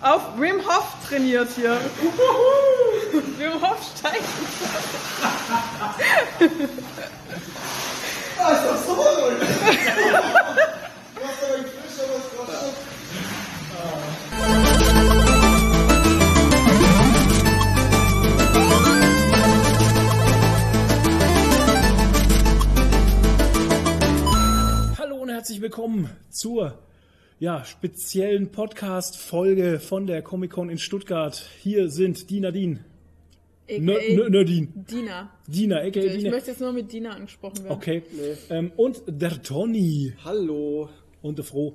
auf Wim Hof trainiert hier. Wim Hof steigt. Ah, ist doch so ruhig. Du hast aber einen Fisch, aber es kostet. Hallo und herzlich willkommen zur ja, speziellen Podcast-Folge von der Comic-Con in Stuttgart. Hier sind die Nadine. Nö- nö- Nadine. Dina. Dina, aka Ich Dina. möchte jetzt nur mit Dina angesprochen werden. Okay. Ähm, und der Toni. Hallo. Und der Froh.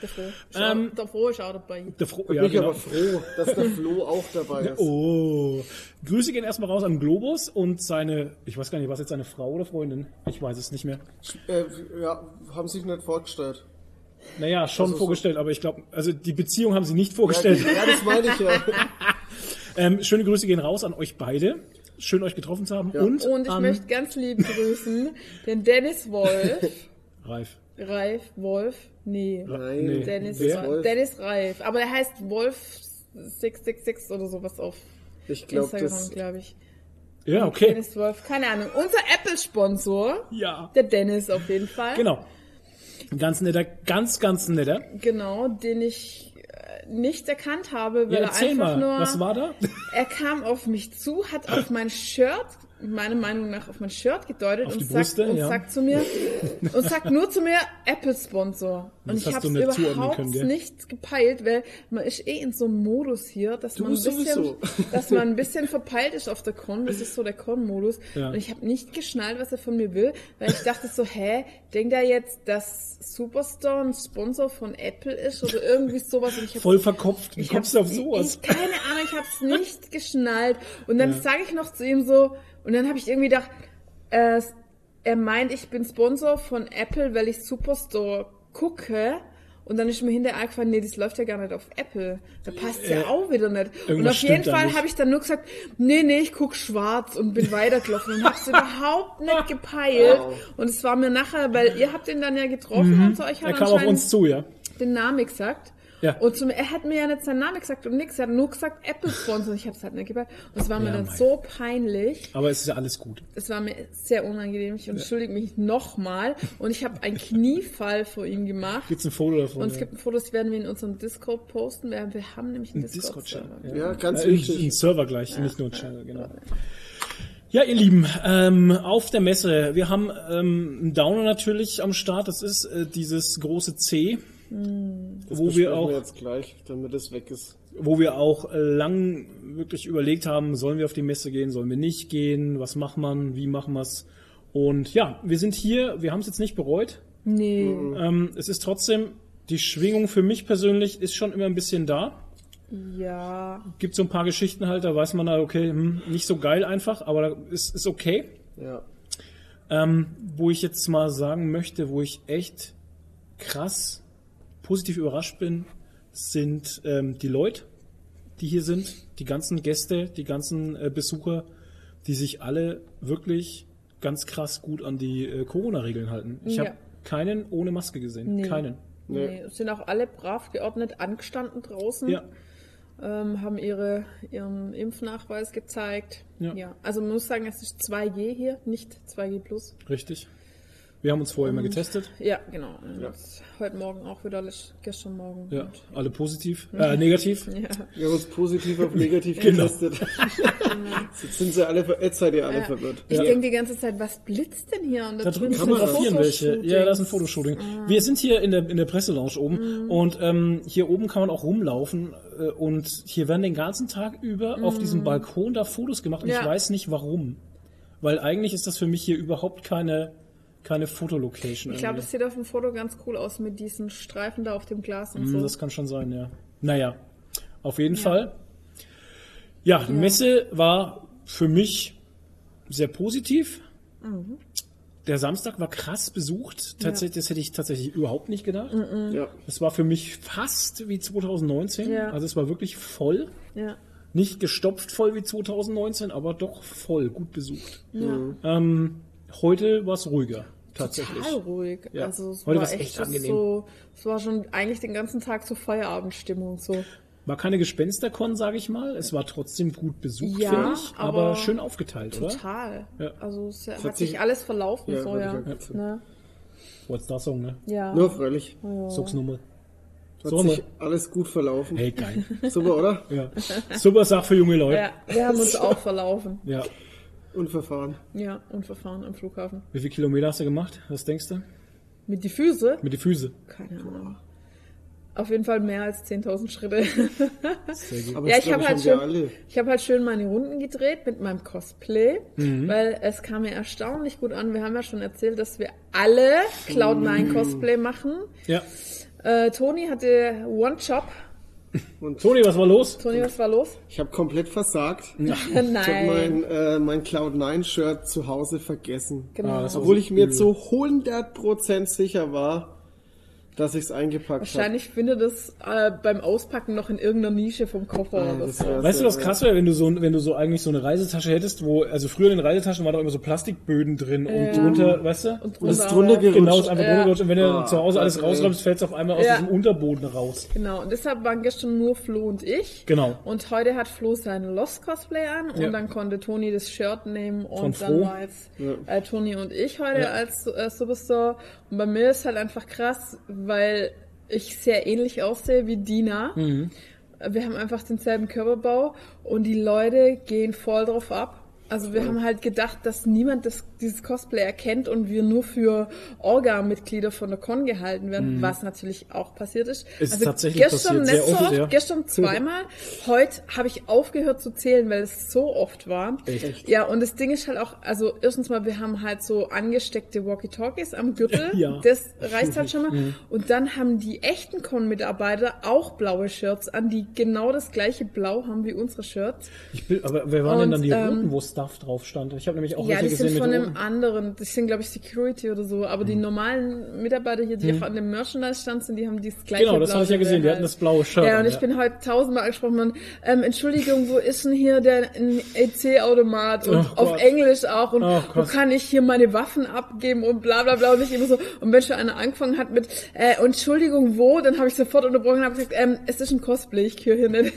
Der Froh. Ähm, der Froh ist auch dabei. Der Froh, Ich ja, bin genau. aber froh, dass der Flo auch dabei ist. Oh. Grüße gehen erstmal raus an Globus und seine, ich weiß gar nicht, was jetzt seine Frau oder Freundin? Ich weiß es nicht mehr. Äh, ja, haben sich nicht vorgestellt. Naja, schon so- vorgestellt, aber ich glaube, also die Beziehung haben sie nicht Ja, vorgestellt. ja, das meine ich ja. Ähm, schöne Grüße gehen raus an euch beide. Schön, euch getroffen zu haben. Ja. Und, Und ich an möchte ganz lieb grüßen den Dennis Wolf. Ralf. Ralf Wolf? Nee. Nein. Nee. Dennis, Wer? Wolf. Dennis Ralf. Aber er heißt Wolf 666 oder sowas auf Ich glaube, Instagram, das. glaube ich. Ja, okay. Dennis Wolf, keine Ahnung. Unser Apple-Sponsor, Ja. der Dennis auf jeden Fall. Genau. Ein Ganz netter, ganz, ganz netter. Genau, den ich äh, nicht erkannt habe, Ja, weil er erzähl einfach mal, nur. was war da? Er kam auf mich zu, hat Ah. auf mein Shirt, meiner Meinung nach auf mein Shirt gedeutet Auf und, die sagt, Brüste, und ja. sagt zu mir und sagt nur zu mir Apple Sponsor. Und Das ich hast habe du nicht zuordnen überhaupt können, gell? nicht gepeilt, weil man ist eh in so einem Modus hier, dass man ein bisschen, sowieso. dass man ein bisschen verpeilt ist auf der Con. Das ist so der Con-Modus. Ja. Und ich habe nicht geschnallt, was er von mir will, weil ich dachte so, hä, denkt er jetzt, dass Superstore ein Sponsor von Apple ist oder irgendwie sowas? Und ich hab Voll verkopft. Wie ich kommst du hab's- auf sowas? Ich, keine Ahnung, ich hab's nicht geschnallt. Und dann Ja. sage ich noch zu ihm so, und dann habe ich irgendwie gedacht, äh, er meint, ich bin Sponsor von Apple, weil ich Superstore gucke. Und dann ist mir hinterher eingefallen, nee, das läuft ja gar nicht auf Apple. Da passt ja auch wieder nicht. Und Äh, irgendwas auf jeden stimmt da Fall nicht. habe ich dann nur gesagt, nee, nee, ich guck schwarz und bin weitergelaufen und hab's überhaupt nicht gepeilt. Wow. Und es war mir nachher, weil ihr habt ihn dann ja getroffen und zu euch hat Mhm. er kam auf anscheinend- uns zu, ja. den Namen gesagt. Ja. Und zum, er hat mir ja nicht seinen Namen gesagt und nix. Er hat nur gesagt Apple Sponsor. Ich hab's halt nicht gehört. Und es war mir Ja, dann mei. so peinlich. Aber es ist ja alles gut. Es war mir sehr unangenehm. Ich entschuldige mich nochmal. Und ich habe einen Kniefall vor ihm gemacht. Gibt's ein Foto davon? Und es ja. gibt ein Foto, das werden wir in unserem Discord posten. Wir wir haben nämlich einen Ein Discord-Server. Discord-Channel. Ja, ganz Äh, wichtig. ein, ein Server gleich, nicht nur ein Channel, genau. Ja, ihr Lieben, ähm, auf der Messe, wir haben ähm, einen Downer natürlich am Start, das ist äh, dieses große C, Hm. wo wir Besprechen auch jetzt gleich, damit es weg ist. wo wir auch äh, lang wirklich überlegt haben, sollen wir auf die Messe gehen, sollen wir nicht gehen, was macht man, wie machen wir's? Und ja, wir sind hier, wir haben es jetzt nicht bereut. Nee. Ähm, es ist trotzdem, die Schwingung für mich persönlich ist schon immer ein bisschen da. Ja. Gibt so ein paar Geschichten halt, da weiß man da, okay, hm, nicht so geil einfach, aber es ist, ist okay. Ja. Ähm, wo ich jetzt mal sagen möchte, wo ich echt krass positiv überrascht bin, sind ähm, die Leute, die hier sind, die ganzen Gäste, die ganzen äh, Besucher, die sich alle wirklich ganz krass gut an die äh, Corona-Regeln halten. Ich Ja. habe keinen ohne Maske gesehen. Nee. Keinen. Nee. Nee. Es sind auch alle brav geordnet angestanden draußen. Ja. ähm, haben ihre, ihren Impfnachweis gezeigt. Ja. Ja. Also man muss sagen, es ist 2G hier, nicht 2G plus. Richtig. Wir haben uns vorher Hm. immer getestet. Ja, genau. Und Ja. jetzt Heute Morgen auch wieder, lesch- gestern Morgen. Ja, Und- alle positiv. Äh, negativ. Ja. Wir haben uns positiv auf negativ Genau. getestet. jetzt sind sie alle, ver- jetzt seid ihr alle verwirrt. Ich Ja. denke die ganze Zeit, was blitzt denn hier? Und Mhm. Da drüben sind fotografieren welche. Fotoshootings. Ja, da ist ein Fotoshooting. Wir sind hier in der, in der Presselounge oben Mhm. und ähm, hier oben kann man auch rumlaufen äh, und hier werden den ganzen Tag über auf diesem Balkon da Fotos gemacht und ich Mhm. Ja. weiß nicht warum. Weil eigentlich ist das für mich hier überhaupt keine, keine Fotolocation. Ich glaube, irgendwie. das sieht auf dem Foto ganz cool aus mit diesen Streifen da auf dem Glas und Hm, so. Das kann schon sein, ja. Naja, auf jeden Fall. Ja, die Messe war für mich sehr positiv. Mhm. Der Samstag war krass besucht. Tatsächlich, Das hätte ich tatsächlich überhaupt nicht gedacht. Mhm. Ja. Es war für mich fast wie 2019. Ja. Also es war wirklich voll. Ja. Nicht gestopft voll wie 2019, aber doch voll, gut besucht. ja. Ähm, heute war es ruhiger, tatsächlich. Total ruhig. Ja. Also es Heute war war's echt, echt das ist angenehm. so, es war schon eigentlich den ganzen Tag so Feierabendstimmung so. War keine Gespenstercon, sage ich mal. Es war trotzdem gut besucht, Ja, finde ich, aber, aber schön aufgeteilt, oder? Total. Ja. Also es hat, hat sich, sich- alles verlaufen Ja, vorher. wollte ich halt auch Ne? What's that song, ne? Ja. Ja, freilich. Ja. Socks Nummer. Hat So, sich ne? alles gut verlaufen. Hey, geil. Super, oder? Ja. Super Sache für junge Leute. ja, wir haben uns auch verlaufen. Ja. Und verfahren. Ja, und verfahren am Flughafen. Wie viele Kilometer hast du gemacht? Was denkst du? Mit die Füße? Mit den Füßen. Keine Ahnung. Auf jeden Fall mehr als 10.000 Schritte. Sehr gut. Aber Ja, das, ich habe halt, glaub haben wir schön- alle. ich hab halt schön meine Runden gedreht mit meinem Cosplay, weil es kam mir erstaunlich gut an. Wir haben ja schon erzählt, dass wir alle Cloud9-Cosplay machen. Ja. Äh, Toni hatte One-Job. Und Toni, was war los? Toni, was war los? ich habe komplett versagt. Ich habe Nein. mein, äh, mein Cloud9-Shirt zu Hause vergessen. Genau. Ah, das war Obwohl ich mir übel. zu 100% sicher war, dass ich es eingepackt habe. Wahrscheinlich findet es äh, beim Auspacken noch in irgendeiner Nische vom Koffer Ah, Ja, oder das so. wär- Weißt du, was krass wäre, wenn du so, ein- wenn du so eigentlich so eine Reisetasche hättest, wo, also früher in den Reisetaschen waren doch immer so Plastikböden drin und drunter, weißt du? Und Und es drunter- drunter gerutscht. genau, ist einfach Ja. runtergerutscht und wenn du Ah, zu Hause alles das- rausräumst, fällt es auf einmal aus Ja. diesem Unterboden raus. Genau, und deshalb waren gestern nur Flo und ich. Genau. Und heute hat Flo sein Lost-Cosplay an und Ja. dann konnte Toni das Shirt nehmen und Von dann Flo. war jetzt äh, Toni und ich heute Ja. als äh, Superstar. Und bei mir ist halt einfach krass, weil ich sehr ähnlich aussehe wie Dina. Mhm. Wir haben einfach denselben Körperbau und die Leute gehen voll drauf ab. Also wir haben halt gedacht, dass niemand das, dieses Cosplay erkennt und wir nur für Orga-Mitglieder von der Con gehalten werden, was natürlich auch passiert ist. Mhm. Ist also tatsächlich gestern passiert, sehr nicht so oft, oft, ja. gestern zweimal. Heute habe ich aufgehört zu zählen, weil es so oft war. Echt? Ja, und das Ding ist halt auch, also erstens mal, wir haben halt so angesteckte Walkie-Talkies am Gürtel. Ja. Mhm. Das reißt halt schon mal. Und dann haben die echten Con-Mitarbeiter auch blaue Shirts an, die genau das gleiche Blau haben wie unsere Shirts. Ich bin, aber wer waren denn Und, dann die ähm, Roten, wo Stuff drauf stand? Ich habe nämlich auch ja, welche die sind gesehen mit von Mhm. einem Roten. anderen, das sind glaube ich Security oder so, aber die normalen Mitarbeiter hier, die auch an dem Merchandise-Stand sind, die haben dieses gleiche Mhm. Genau, das blaue habe ich ja gesehen, die Gewähl hatten das blaue Shirt. Ja, und an, ich bin heute tausendmal angesprochen worden, ähm, Entschuldigung, wo ist denn hier der EC-Automat? Und Ach auf Gott. Englisch auch. Und Ach wo Gott. kann ich hier meine Waffen abgeben? Und bla bla bla. Und ich immer so. Und wenn schon einer angefangen hat mit äh, Entschuldigung, wo? Dann habe ich sofort unterbrochen und habe gesagt, ähm, es ist ein Cosplay, ich gehöre hier nicht.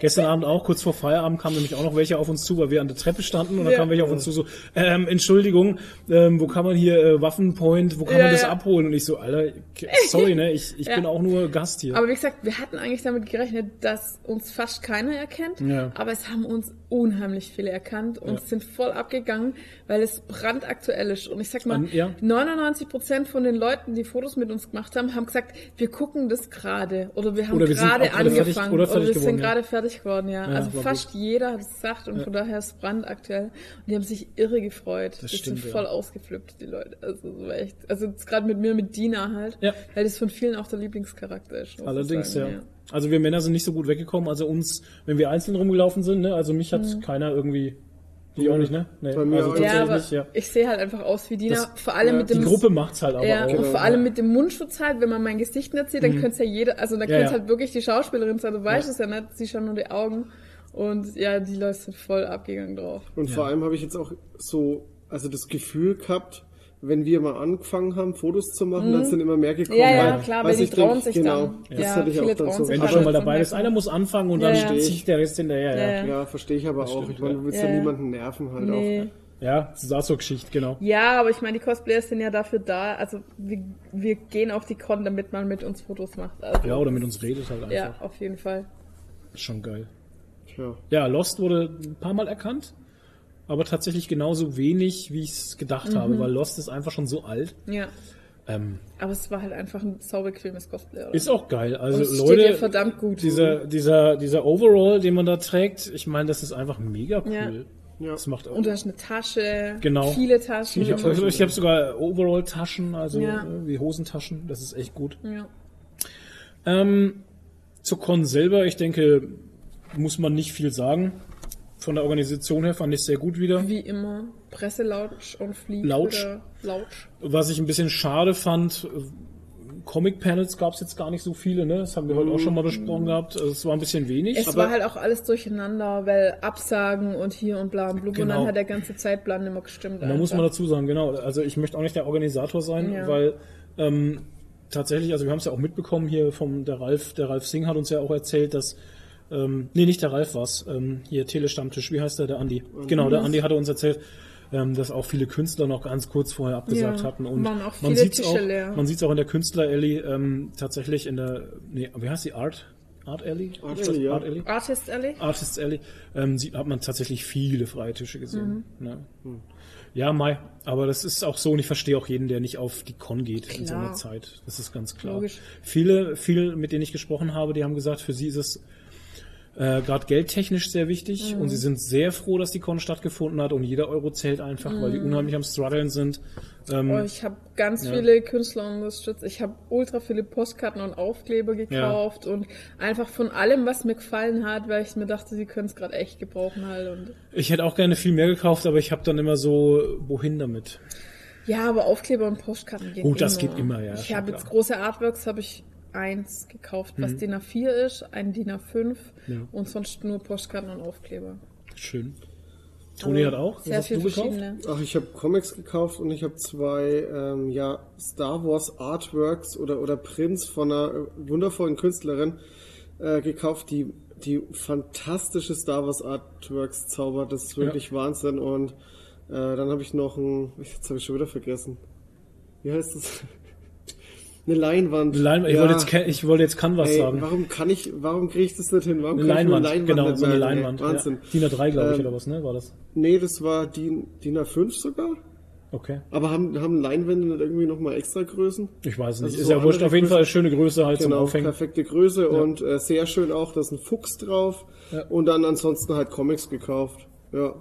Gestern Abend auch, kurz vor Feierabend, kamen nämlich auch noch welche auf uns zu, weil wir an der Treppe standen und Ja. da kamen welche auf uns zu so, ähm, Entschuldigung, ähm, wo kann man hier äh, Waffenpoint, wo kann Ja, man das ja. abholen? Und ich so, Alter, k- sorry, ne, ich, ich bin auch nur Gast hier. Aber wie gesagt, wir hatten eigentlich damit gerechnet, dass uns fast keiner erkennt. Ja. Aber es haben uns unheimlich viele erkannt und Ja. sind voll abgegangen, weil es brandaktuell ist. Und ich sag mal, An- ja. 99 Prozent von den Leuten, die Fotos mit uns gemacht haben, haben gesagt, wir gucken das gerade. Oder wir haben Oder wir sind gerade auch gerade fertig- angefangen. oder oder wir fertig sind geworden, ja. gerade fertig geworden, ja. Ja, also war fast jeder hat es gesagt und von daher ist es brandaktuell. Und die haben sich irre gefreut. Das stimmt, sind ja. voll ausgeflippt, die Leute. Also, das war echt, also jetzt gerade mit mir, mit Dina halt. Ja. Weil das von vielen auch der Lieblingscharakter ist. muss ich Allerdings, sagen, ja. Also wir Männer sind nicht so gut weggekommen, also uns, wenn wir einzeln rumgelaufen sind, ne, also mich hat keiner irgendwie, die auch nicht, ne? Nee, Bei mir also auch Mhm. Ja, tatsächlich aber nicht, ja. ich sehe halt einfach aus wie Dina. Das- vor allem ja, mit Die dem Gruppe macht's halt aber ja, auch. Mhm. und vor allem mit dem Mundschutz halt, wenn man mein Gesicht nicht sieht, dann könnte es ja jeder, also dann Ja, könnte es ja. halt wirklich die Schauspielerin sein, du weißt es ja nicht, sie schon nur die Augen. Und ja, die Leute sind voll abgegangen drauf. Und vor allem habe ich jetzt auch so, also das Gefühl gehabt, wenn wir mal angefangen haben, Fotos zu machen, dann sind immer mehr gekommen. Mhm. Ja, ja, weil- klar, weiß weil die ich denk, trauen sich genau, dann. Das Ja, hatte ich viele auch dann trauen so. sich Wenn Wenn du Aber schon mal das dabei merkt bist, man. einer muss anfangen und Ja, dann ja. zieht der Rest hinterher. Ja, ja. Ja. ja, verstehe ich aber auch. stimmt, ich meine, du willst ja ja. niemanden nerven halt Nee. ja das ist auch so Geschichte, genau. Ja, aber ich meine, die Cosplayers sind ja dafür da. Also wir, wir gehen auf die Con, damit man mit uns Fotos macht. Also, Ja, oder mit uns redet halt einfach. ja, auf jeden Fall. Schon geil. auch. Tja. Ja, Lost wurde ein paar Mal erkannt, aber tatsächlich genauso wenig, wie ich es gedacht Mhm. habe, weil Lost ist einfach schon so alt. Ja. Ähm, Aber es war halt einfach ein saubequemes Cosplay, oder? ist auch geil. Also Und es steht dir Leute, verdammt gut. dieser, dieser, dieser Overall, den man da trägt, ich meine, das ist einfach mega cool. Ja. Das macht auch. Und du hast eine Tasche. Genau. Viele Taschen. ich habe ich hab sogar Overall-Taschen, also Ja. äh, wie Hosentaschen, das ist echt gut. ja. Ähm, zur Con selber, ich denke, muss man nicht viel sagen. Von der Organisation her fand ich es sehr gut wieder. Wie immer. Presselausch und Flieg. Lautsch. oder Lautsch. Was ich ein bisschen schade fand, äh, Comic-Panels gab es jetzt gar nicht so viele, ne? Das haben wir heute auch schon mal besprochen gehabt. Also Es war ein bisschen wenig. Es war halt auch alles durcheinander, weil Absagen und hier und bla und blub. Und Genau. dann hat der ganze Zeitplan immer gestimmt. da muss einfach. man dazu sagen, genau. Also ich möchte auch nicht der Organisator sein, Ja. weil ähm, tatsächlich, also wir haben es ja auch mitbekommen hier vom der Ralf, der Ralf Singh hat uns ja auch erzählt, dass ähm, nee, nicht der Ralf war's, ähm, hier Telestammtisch, wie heißt der, der Andi? Genau, der Andi hatte uns erzählt, ähm, dass auch viele Künstler noch ganz kurz vorher abgesagt Ja, hatten und waren auch man viele sieht's Tische auch, leer. man sieht's auch in der Künstler Alley ähm, tatsächlich in der, nee, wie heißt die Art? Art Alley? Art Alley, ja. Art Alley? Artist Alley? Artists Alley, ähm, sieht, hat man tatsächlich viele freie Tische gesehen. Mhm. Ne? Ja, Mai, aber das ist auch so und ich verstehe auch jeden, der nicht auf die Con geht in so einer Klar. Zeit. Das ist ganz klar. Logisch. Viele, viele, mit denen ich gesprochen habe, die haben gesagt, für sie ist es äh, gerade geldtechnisch sehr wichtig Mhm. und sie sind sehr froh, dass die Con stattgefunden hat und jeder Euro zählt einfach, weil Mhm. die unheimlich am struggeln sind. Ähm, Oh, ich habe ganz Ja. viele Künstler unterstützt. Ich habe ultra viele Postkarten und Aufkleber gekauft und einfach von allem, was mir gefallen hat, weil ich mir dachte, sie können es gerade echt gebrauchen halt. Und ich hätte auch gerne viel mehr gekauft, aber ich habe dann immer so, äh, wohin damit? ja, aber Aufkleber und Postkarten gehen Gut, das geht immer, ja, Ich schon habe klar. Mhm. jetzt große Artworks, habe ich eins gekauft, was DIN A4 ist, ein DIN A5 Ja. und sonst nur Postkarten und Aufkleber. Schön. Toni Also hat auch. Sehr viel verschiedene. Ach, ich habe Comics gekauft und ich habe zwei ähm, ja, Star Wars Artworks oder, oder Prints von einer äh, wundervollen Künstlerin äh, gekauft, die, die fantastische Star Wars Artworks zaubert. Das ist wirklich Wahnsinn. Und äh, dann habe ich noch ein, jetzt habe ich schon wieder vergessen. Wie heißt das? Eine Leinwand. Leinwand, ich, Ja. wollte jetzt, ke- ich wollte jetzt Canvas Ey, sagen. warum kann ich, warum kriege ich das nicht hin? Warum Eine kann ich mir Leinwand, genau, nicht so eine merken, ey? Leinwand. Ja. Wahnsinn. DIN A3, glaube ich, Ähm, oder was, ne? War das? Nee, das war DIN, DIN A5 sogar. Okay. Aber haben, haben Leinwände nicht irgendwie nochmal extra Größen? Ich weiß es nicht. Also Ist so ja wurscht. andere Auf jeden Größe. Fall schöne Größe halt zum Genau, Aufhängen. perfekte Größe und äh, sehr schön auch, da ist ein Fuchs drauf Ja. und dann ansonsten halt Comics gekauft. Ja.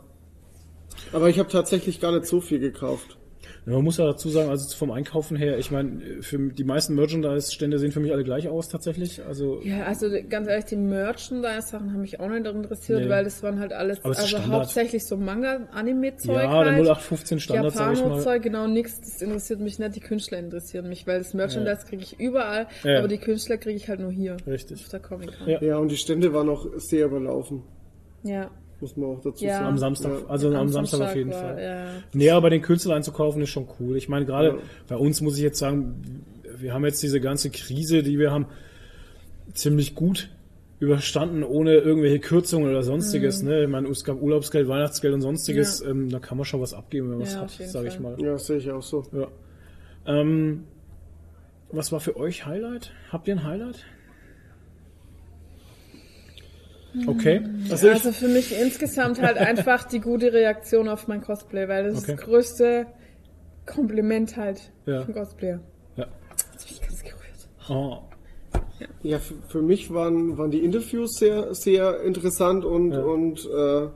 Aber ich habe tatsächlich gar nicht so viel gekauft. Ja, man muss ja dazu sagen, also vom Einkaufen her, ich meine, für die meisten Merchandise-Stände sehen für mich alle gleich aus tatsächlich. Also Ja, also ganz ehrlich, die Merchandise-Sachen haben mich auch nicht interessiert, Nee. weil das waren halt alles, Aber es ist also Standard. hauptsächlich so Manga-Anime-Zeug. ja, der halt. 0815 Standard, sag ich mal. Japaner-Zeug, genau nichts, das interessiert mich nicht. Die Künstler interessieren mich, weil das Merchandise kriege ich überall, Ja, ja. aber die Künstler kriege ich halt nur hier. Richtig. Auf der Comic Con. Ja. Ja. Ja, und die Stände waren auch sehr überlaufen, ja. muss man auch dazu Ja. sagen. Am Samstag, Ja. also am, Samstag, auf jeden war, Fall. Ja. Nee, aber den Künstler einzukaufen ist schon cool. Ich meine, gerade Ja. bei uns muss ich jetzt sagen, wir haben jetzt diese ganze Krise, die wir haben, ziemlich gut überstanden, ohne irgendwelche Kürzungen oder sonstiges. Ne? Ich meine, es gab Urlaubsgeld, Weihnachtsgeld und sonstiges. Mhm. Ja. Ähm, da kann man schon was abgeben, wenn man Ja, was auf hat, jeden sage ich Fall. mal. Ja, sehe ich auch so. Ja. Ähm, was war für euch Highlight? Habt ihr ein Highlight? Okay. Also, für mich insgesamt halt einfach die gute Reaktion auf mein Cosplay, weil das Okay. ist das größte Kompliment halt Ja. vom Cosplayer. Ja. Das bin ich ganz gerührt. Oh, Ja, f- für mich waren, waren die Interviews sehr, sehr interessant und, Ja. und äh,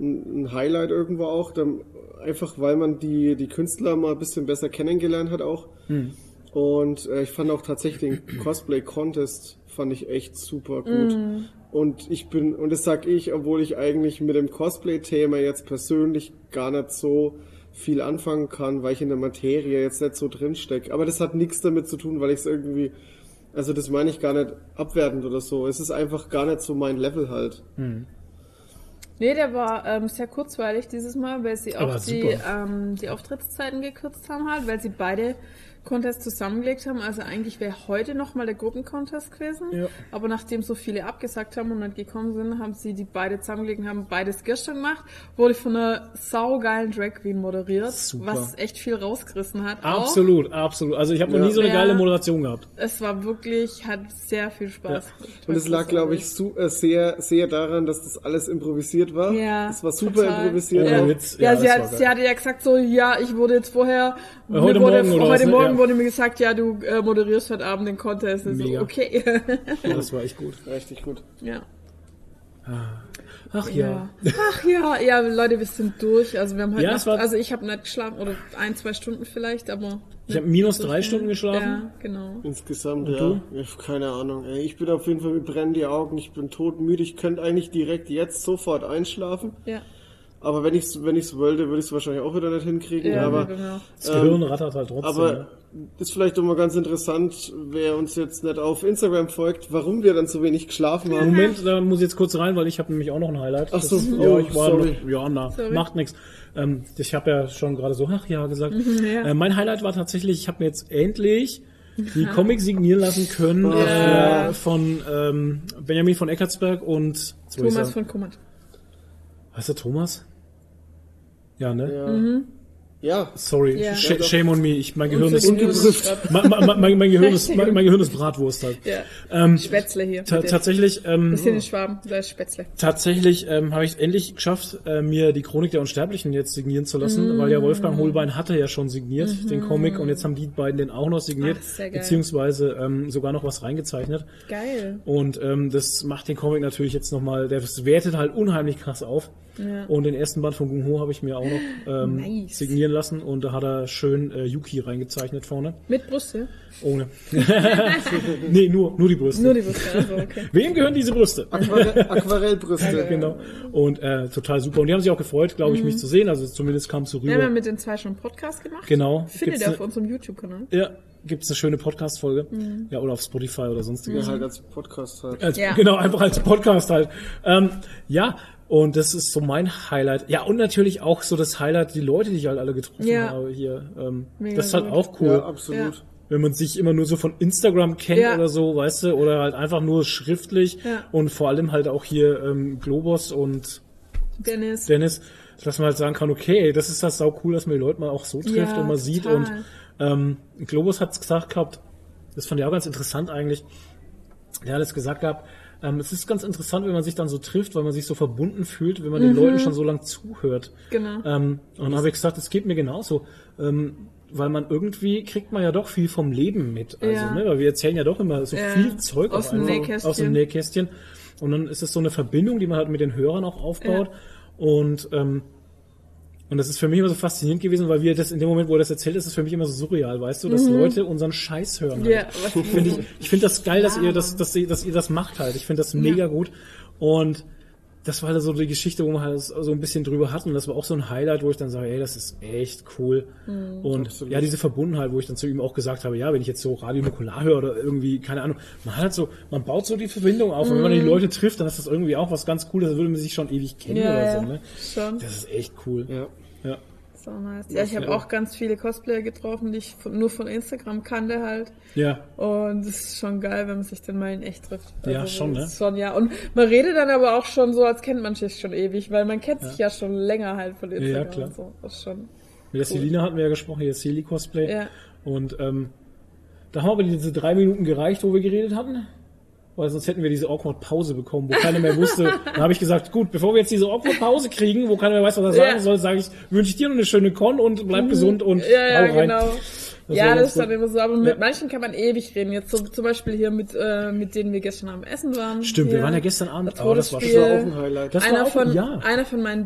ein ein Highlight irgendwo auch, dann, einfach weil man die, die Künstler mal ein bisschen besser kennengelernt hat auch. Hm. Und äh, ich fand auch tatsächlich den Cosplay Contest fand ich echt super gut. Mm. Und ich bin, und das sag ich, obwohl ich eigentlich mit dem Cosplay-Thema jetzt persönlich gar nicht so viel anfangen kann, weil ich in der Materie jetzt nicht so drin stecke. Aber das hat nichts damit zu tun, weil ich es irgendwie, also das meine ich gar nicht abwertend oder so. Es ist einfach gar nicht so mein Level halt. Nee, der war ähm, sehr kurzweilig dieses Mal, weil sie auch Aber die, super. ähm, die Auftrittszeiten gekürzt haben halt, weil sie beide Contests zusammengelegt haben. Also eigentlich wäre heute nochmal der Gruppencontest gewesen. Ja. Aber nachdem so viele abgesagt haben und nicht gekommen sind, haben sie die beide zusammengelegt und haben beides gestern gemacht. Wurde von einer saugeilen Drag Queen moderiert, Super. was echt viel rausgerissen hat. auch. absolut, absolut. Also ich habe noch Ja. nie so eine Ja. geile Moderation gehabt. Es war wirklich, hat sehr viel Spaß Ja. gemacht. Und es lag, glaube ich, su äh, sehr, sehr daran, dass das alles improvisiert war. Ja, Es war super total. improvisiert. Ohne auch. Ja, Witz. ja, Ja, sie, das hat, war geil. Äh, sie hatte ja gesagt so, ja, ich wurde jetzt vorher, mir heute wurde, Morgen oder was, heute ne? Morgen Ja. wurde mir gesagt, ja, du äh, moderierst heute Abend den Contest. Und so, Mega. okay. Ja, das war echt gut. Richtig gut. ja. Ach ja. ja. Ach ja, ja, Leute, wir sind durch. Also wir haben halt, Ja, Nacht- es war- also ich habe nicht geschlafen oder ein, zwei Stunden vielleicht, aber Ich habe minus drei Stunden geschlafen. ja, genau. Insgesamt, du? ja. ja. Keine Ahnung. Ey, ich bin auf jeden Fall, mir brennen die Augen, ich bin todmüde. Ich könnte eigentlich direkt jetzt sofort einschlafen. Ja, Aber wenn ich es wenn ich's wollte, würde ich es wahrscheinlich auch wieder nicht hinkriegen. ja, aber genau. Das Gehirn rattert halt trotzdem. aber ne? ist vielleicht doch mal ganz interessant, wer uns jetzt nicht auf Instagram folgt, warum wir dann so wenig geschlafen haben. Moment, da muss ich jetzt kurz rein, weil ich habe nämlich auch noch ein Highlight. Ach so, das, oh, ja, ich war sorry. Noch, ja, na, macht nichts. Ähm, ich habe ja schon gerade so, ach ja, gesagt. ja. Äh, mein Highlight war tatsächlich, ich habe mir jetzt endlich die Comics signieren lassen können Ja. äh, von ähm, Benjamin von Eckartsberg und jetzt wollte Thomas ich sagen, von Kummert. heißt er Thomas? Ja, ne? Ja. ja. Sorry, Ja. sh shame on me. Ich, mein Gehirn ist Ungeprüft. mein, mein, mein, mein, Gehirn ist, mein, mein Gehirn ist Bratwurst halt. Ja. Ähm, Spätzle hier. ta Mit dem- tatsächlich, ähm, Das sind die Schwaben, da ist Spätzle. tatsächlich ähm, habe ich es endlich geschafft, äh, mir die Chronik der Unsterblichen jetzt signieren zu lassen, weil ja Wolfgang Mm. Holbein hatte ja schon signiert den Comic und jetzt haben die beiden den auch noch signiert, Mhm. Ach, sehr geil. beziehungsweise ähm, sogar noch was reingezeichnet. Geil. Und ähm, das macht den Comic natürlich jetzt nochmal, das wertet halt unheimlich krass auf. Ja. Und den ersten Band von Gung Ho habe ich mir auch noch ähm, Nice. signieren lassen und da hat er schön äh, Yuki reingezeichnet vorne. Mit Brüste? Ohne. nee, nur, nur die Brüste. Nur die Brüste, also okay. Wem gehören diese Brüste? Aquare Aquarellbrüste. Genau. Und äh, total super. Und die haben sich auch gefreut, glaube ich, mich zu sehen. Also zumindest kam es so Wir haben Mhm. ja rüber. mit den zwei schon einen Podcast gemacht. Genau. Findet Gibt's ihr ne- auf unserem YouTube-Kanal. ja, gibt es eine schöne Podcast-Folge. Ja, oder auf Spotify oder sonstiges. Ja, halt als Podcast halt. Als, Mhm. Ja. Genau, einfach als Podcast halt. Ähm, ja, und das ist so mein Highlight. Ja, und natürlich auch so das Highlight, die Leute, die ich halt alle getroffen Ja. habe hier. Ähm, Mega das ist halt gut. auch cool. Ja, absolut. Ja. wenn man sich immer nur so von Instagram kennt Ja. oder so, weißt du, oder halt einfach nur schriftlich Ja. und vor allem halt auch hier ähm, Globos und Dennis. Dennis, dass man halt sagen kann, okay, das ist das sau cool, dass man die Leute mal auch so trifft Ja, und man sieht total. und ähm, Globus hat's gesagt gehabt, das fand ich auch ganz interessant eigentlich, der hat es gesagt gehabt, ähm, es ist ganz interessant, wenn man sich dann so trifft, weil man sich so verbunden fühlt, wenn man den Leuten schon so lang zuhört. Mhm. Genau. Ähm, und dann habe ich gesagt, es geht mir genauso. Ähm, weil man irgendwie kriegt man ja doch viel vom Leben mit. Also, Ja. ne, weil wir erzählen ja doch immer so Ja. viel Zeug Aus auf dem einmal, Nähkästchen. aus dem Nähkästchen. Und dann ist es so eine Verbindung, die man halt mit den Hörern auch aufbaut. Und, ähm, und das ist für mich immer so faszinierend gewesen, weil wir das in dem Moment, wo er das erzählt, ist es für mich immer so surreal, weißt du, dass Leute unseren Scheiß hören. Mhm. Ja, halt. was- Finde ich, ich finde das geil, dass ihr das, dass ihr, dass ihr das macht halt. Ich finde das mega gut. Und das war halt so die Geschichte, wo wir halt so ein bisschen drüber hatten. Das war auch so ein Highlight, wo ich dann sage, ey, das ist echt cool. Mhm. Und Absolut. ja, diese Verbundenheit, wo ich dann zu ihm auch gesagt habe, ja, wenn ich jetzt so Radio Nukular höre oder irgendwie, keine Ahnung, man hat halt so, man baut so die Verbindung auf. Und wenn man Mhm. die Leute trifft, dann ist das irgendwie auch was ganz Cooles, da würde man sich schon ewig kennen Ja, oder ja. so, ne? Schon. Das ist echt cool. Ja. Ja. So nice. Ja, ich habe auch ganz viele Cosplayer getroffen, die ich von, nur von Instagram kannte halt. Ja. Und es ist schon geil, wenn man sich dann mal in echt trifft. Also, Ja, schon, ne? Schon, ja. Und man redet dann aber auch schon so, als kennt man sich schon ewig, weil man kennt sich ja schon länger halt von Instagram. klar. Und so. Das ist schon. Mit der Selina hatten wir ja gesprochen, hier Seli Cosplay. Ja. Und ähm, da haben aber diese drei Minuten gereicht, wo wir geredet hatten. Weil sonst hätten wir diese awkward Pause bekommen, wo keiner mehr wusste. da habe ich gesagt, gut, bevor wir jetzt diese awkward Pause kriegen, wo keiner mehr weiß, was er Ja. Mhm. sagen soll, sage ich, wünsche ich dir noch eine schöne Con und bleib gesund und Ja, ja, hau rein. genau. Das war ja, ganz das ist dann gut. immer so. Aber mit Ja. manchen kann man ewig reden. Jetzt so, zum Beispiel hier mit, äh, mit denen wir gestern am Essen waren. Stimmt, wir Hier. waren ja gestern Abend. Das Oh, das war Todesspiel. schon. Das war auch ein Highlight. Das war einer auch von, ja. einer von meinen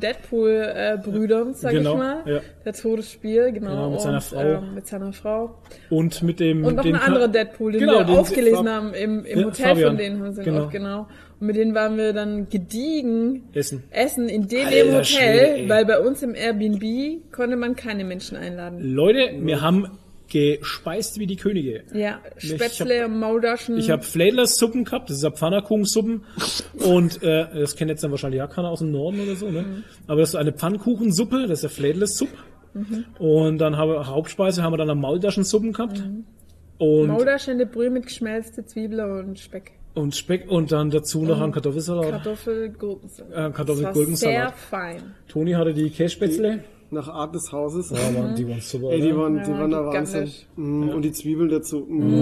Deadpool-Brüdern, sag Genau, ich mal. ja. Der Todesspiel, genau. Genau, mit seiner Frau. ähm, mit seiner Frau. Und mit dem. Und noch den ein anderer Deadpool, den Genau, wir den- aufgelesen Fab- haben im, im Ja, Hotel Fabian. von denen haben sie Genau. genau. genau. Und mit denen waren wir dann gediegen Essen. essen in dem Alter im Hotel, Schwede, ey. weil bei uns im Airbnb konnte man keine Menschen einladen. Leute, wir haben gespeist wie die Könige. Ja, Ich Spätzle, Maultaschen. Ich habe Flädlers Suppen gehabt, das ist Pfannkuchensuppen und äh, das kennt jetzt dann wahrscheinlich ja keiner aus dem Norden oder so, ne? Aber das ist eine Pfannkuchensuppe, das ist ja Flädlers Supp. Und dann habe Hauptspeise haben wir dann eine Maultaschensuppen gehabt. Und, Maultaschen in der Brühe mit geschmelzte Zwiebeln und Speck. und Speck und dann dazu noch einen Kartoffelsalat. Kartoffelgurkensalat. Äh, Kartoffel- Das war Gurkensalat. Sehr fein. Toni hatte die Kässpätzle. Nach Art des Hauses. Ja, Mann, die waren super. Ey, die oder? waren, die Ja, waren da gigantisch. Wahnsinn. Mm, Und die Zwiebeln dazu. Mm.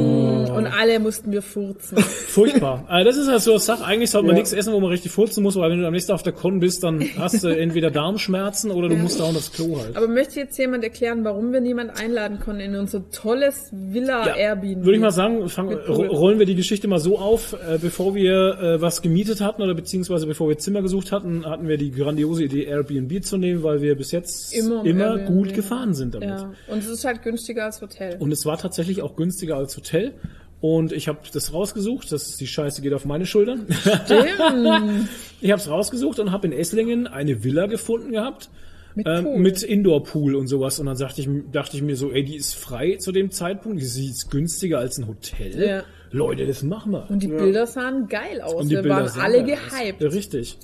Oh. Und alle mussten wir furzen. Furchtbar. Also das ist halt so eine Sache. Eigentlich sollte man Ja. nichts essen, wo man richtig furzen muss, weil wenn du am nächsten Tag auf der Con bist, dann hast du entweder Darmschmerzen oder du musst auch das Klo halt. Aber möchte jetzt jemand erklären, warum wir niemand einladen konnten in unser tolles Villa Airbnb? Würde ich mal sagen, fang, Mit ro- Pool. rollen wir die Geschichte mal so auf, äh, bevor wir äh, was gemietet hatten oder beziehungsweise bevor wir Zimmer gesucht hatten, hatten wir die grandiose Idee, Airbnb zu nehmen, weil wir bis jetzt Immer immer, im Airbnb, gut ja. gefahren sind damit. Ja, und es ist halt günstiger als Hotel. Und es war tatsächlich auch günstiger als Hotel. Und ich habe das rausgesucht, das die Scheiße geht auf meine Schultern. Ähm, ich habe es rausgesucht und habe in Esslingen eine Villa gefunden gehabt Mit Pool. ähm, mit Indoor-Pool und sowas. Und dann dachte ich, dachte ich mir so, ey, die ist frei zu dem Zeitpunkt, sie ist günstiger als ein Hotel. Ja. Leute, das machen wir. Und die Bilder sahen geil aus. wir Bilder waren sahen alle geil aus. gehypt. Ja, richtig.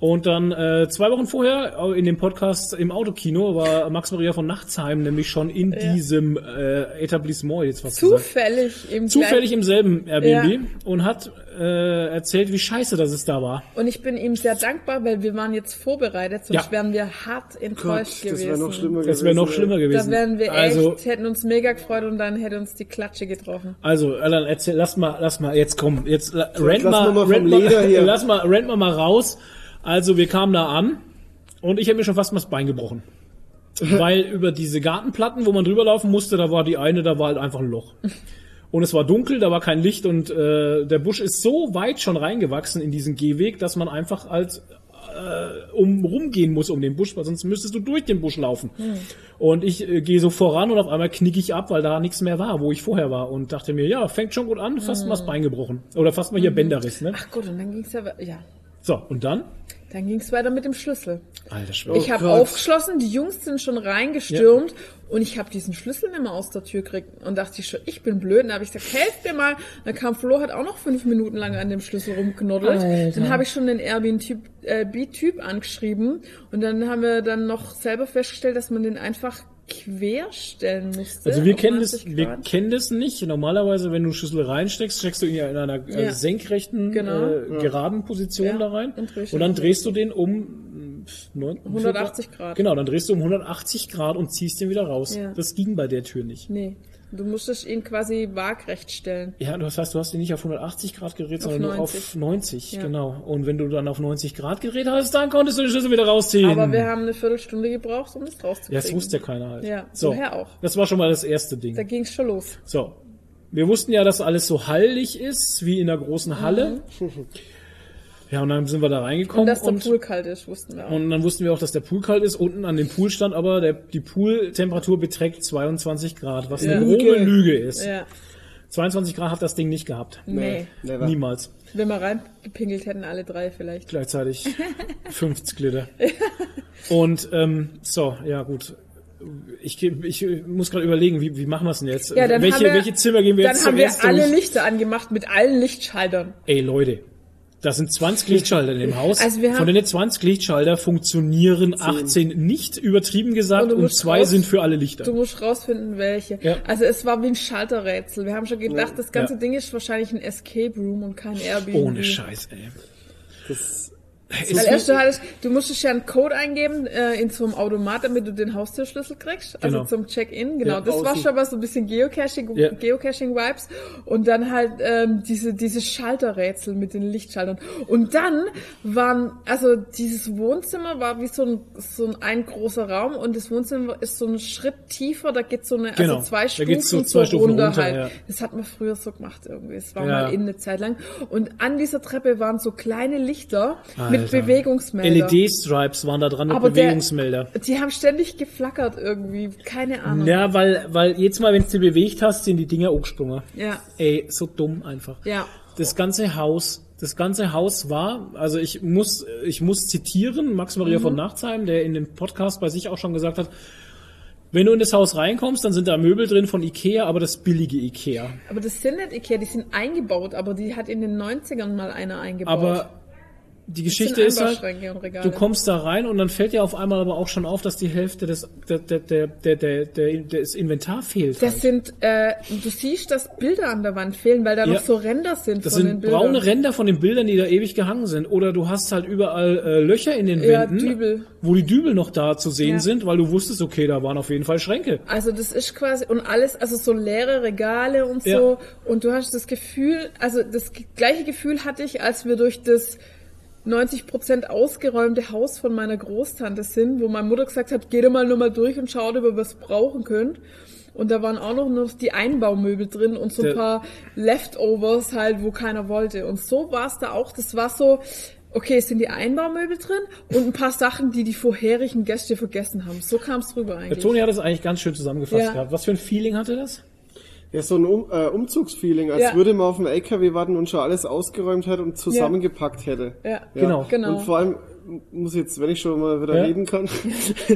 Und dann äh, zwei Wochen vorher äh, in dem Podcast im Autokino war Max Maria von Nachtsheim nämlich schon in Ja. diesem äh, Etablissement jetzt was gesagt. Zufällig im Zufällig gleichen- im selben Airbnb und hat äh, erzählt, wie scheiße das es da war. Und ich bin ihm sehr dankbar, weil wir waren jetzt vorbereitet, sonst Ja. wären wir hart Gott, enttäuscht das gewesen. wäre noch schlimmer gewesen. Das wäre noch schlimmer gewesen. Da wären wir also, echt, hätten uns mega gefreut und dann hätte uns die Klatsche getroffen. also, äh, dann erzähl, lass mal, lass mal, jetzt komm, jetzt la- rent lass mal, mal mal vom rent mal, Leder hier. lass mal, rent mal mal raus. Also, wir kamen da an und ich habe mir schon fast mal das Bein gebrochen. Weil über diese Gartenplatten, wo man drüber laufen musste, da war die eine, da war halt einfach ein Loch. Und es war dunkel, da war kein Licht und äh, der Busch ist so weit schon reingewachsen in diesen Gehweg, dass man einfach als um rumgehen muss um den Busch, weil sonst müsstest du durch den Busch laufen. Und ich äh, gehe so voran und auf einmal knicke ich ab, weil da nichts mehr war, wo ich vorher war und dachte mir, ja, fängt schon gut an, fast mal das Bein gebrochen oder fast mal hier Bänderriss, ne? Ach gut, und dann ging's ja, we- ja, So, und dann dann ging's weiter mit dem Schlüssel. Alter Schwede. Ich habe Gott. aufgeschlossen, die Jungs sind schon reingestürmt und ich habe diesen Schlüssel nicht mehr aus der Tür gekriegt und dachte ich schon, ich bin blöd. Und dann habe ich gesagt, helft mir mal. Dann kam Flo, hat auch noch fünf Minuten lang an dem Schlüssel rumknoddelt. Alter. Dann habe ich schon den Airbnb-Typ äh, B-Typ angeschrieben und dann haben wir dann noch selber festgestellt, dass man den einfach querstellen musste. Also wir auf kennen das, 90 wir Grad. kennen das nicht. Normalerweise, wenn du Schlüssel reinsteckst, steckst du ihn ja in einer äh, Ja. senkrechten, Genau. äh, geraden Position Ja, da rein. und Und, drehst dann ihn. drehst du den um mh, 9, 180 Grad. Genau, dann drehst du um 180 Grad und ziehst den wieder raus. Ja. Das ging bei der Tür nicht. Nee, du musstest ihn quasi waagrecht stellen. Ja, das heißt, du hast ihn nicht auf 180 Grad gerät, Auf sondern nur auf 90. 90, Ja. genau. Und wenn du dann auf 90 Grad gerät hast, dann konntest du den Schlüssel wieder rausziehen. Aber wir haben eine Viertelstunde gebraucht, um das rauszukriegen. ja, das wusste ja keiner halt. Ja, so. woher auch? Das war schon mal das erste Ding. Da ging's schon los. So. Wir wussten ja, dass alles so hallig ist, wie in der großen Halle. Ja, und dann sind wir da reingekommen. Mhm. Und dass der und- Pool kalt ist, wussten wir auch. und dann wussten wir auch, dass der Pool kalt ist. Unten an dem Pool stand aber, der, die Pooltemperatur beträgt 22 Grad, was eine Lüge. grobe Lüge ist. ja, Mhm. 22 Grad hat das Ding nicht gehabt. nee. Never. Niemals. Wenn wir reingepinkelt hätten, alle drei vielleicht. Gleichzeitig 50 Liter. Und ähm, so, ja gut. Ich, geh- ich muss gerade überlegen, wie, wie machen wir es denn jetzt? Ja, dann welche, haben wir, welche Zimmer gehen wir dann jetzt Dann haben wir zuerst alle durch? Lichter angemacht mit allen Lichtschaltern. Ey Leute, da sind 20 Lichtschalter in dem Haus. Also wir haben- Von den 20 Lichtschalter funktionieren 18 nicht übertrieben gesagt Und du und, musst zwei raus- sind für alle Lichter. Du musst rausfinden, welche. Ja. Oh, Also es war wie ein Schalterrätsel. Wir haben schon gedacht, das ganze Ja. Ding ist wahrscheinlich ein Escape Room und kein Airbnb. Ohne Scheiß, ey. Das, Weil Ist- erst du, hattest, du musstest ja einen Code eingeben äh, in so einem Automat, damit du den Haustürschlüssel kriegst, also Genau. zum Check-in. Genau, Ja, das war außen. schon mal so ein bisschen Geocaching, Ja. Geocaching-Vibes. Und dann halt ähm, diese, diese Schalterrätsel mit den Lichtschaltern. Und dann waren, also dieses Wohnzimmer war wie so ein, so ein, ein großer Raum und das Wohnzimmer ist so ein Schritt tiefer, da geht so eine, Genau. also zwei Da Stufen, geht's so zwei Stufen runter, halt. ja. Das hat man früher so gemacht irgendwie. Es war Ja. mal in eine Zeit lang. Und an dieser Treppe waren so kleine Lichter Ah. mit Alter. Bewegungsmelder. LED-Stripes waren da dran mit Aber der- Bewegungsmelder. Die haben ständig geflackert irgendwie. Keine Ahnung. Ja, weil, weil jetzt mal, wenn du bewegt hast, sind die Dinger hochgesprungen. Ja. Ey, so dumm einfach. Ja. Das ganze Haus, das ganze Haus war, also ich muss, ich muss zitieren, Max Maria Mhm. von Nachtsheim, der in dem Podcast bei sich auch schon gesagt hat, wenn du in das Haus reinkommst, dann sind da Möbel drin von Ikea, aber das billige Ikea. Aber das sind nicht Ikea, die sind eingebaut, aber die hat in den 90ern mal einer eingebaut. Aber die Das sind Geschichte ist halt, Einbauschränke und Regale. Du kommst da rein und dann fällt dir auf einmal aber auch schon auf, dass die Hälfte des, der, der, der, der, der, der, des Inventar fehlt. das halt. sind, äh, du siehst, dass Bilder an der Wand fehlen, weil da Ja. noch so Ränder sind Das von den sind Bildern. braune Ränder von den Bildern, die da ewig gehangen sind. Oder du hast halt überall äh, Löcher in den Ja, Wänden, Dübel. wo die Dübel noch da zu sehen Ja. sind, weil du wusstest, okay, da waren auf jeden Fall Schränke. Also das ist quasi und alles, also so leere Regale und Ja. so. Und du hast das Gefühl, also das g- gleiche Gefühl hatte ich, als wir durch das 90% ausgeräumte Haus von meiner Großtante sind, wo meine Mutter gesagt hat, geh da mal nur mal durch und schaut, ob ihr was brauchen könnt. Und da waren auch noch, noch die Einbaumöbel drin und so ein Der- paar Leftovers halt, wo keiner wollte. Und so war es da auch. Das war so, okay, es sind die Einbaumöbel drin und ein paar Sachen, die die vorherigen Gäste vergessen haben. So kam es rüber Der eigentlich. Toni hat das eigentlich ganz schön zusammengefasst Ja. gehabt. Was für ein Feeling hatte das? ja, so ein um, äh, Umzugsfeeling, als Ja. würde man auf einen LKW warten und schon alles ausgeräumt hätte und zusammengepackt hätte. Ja, Genau. Genau. Und vor allem, muss jetzt, wenn ich schon mal wieder Ja. reden kann,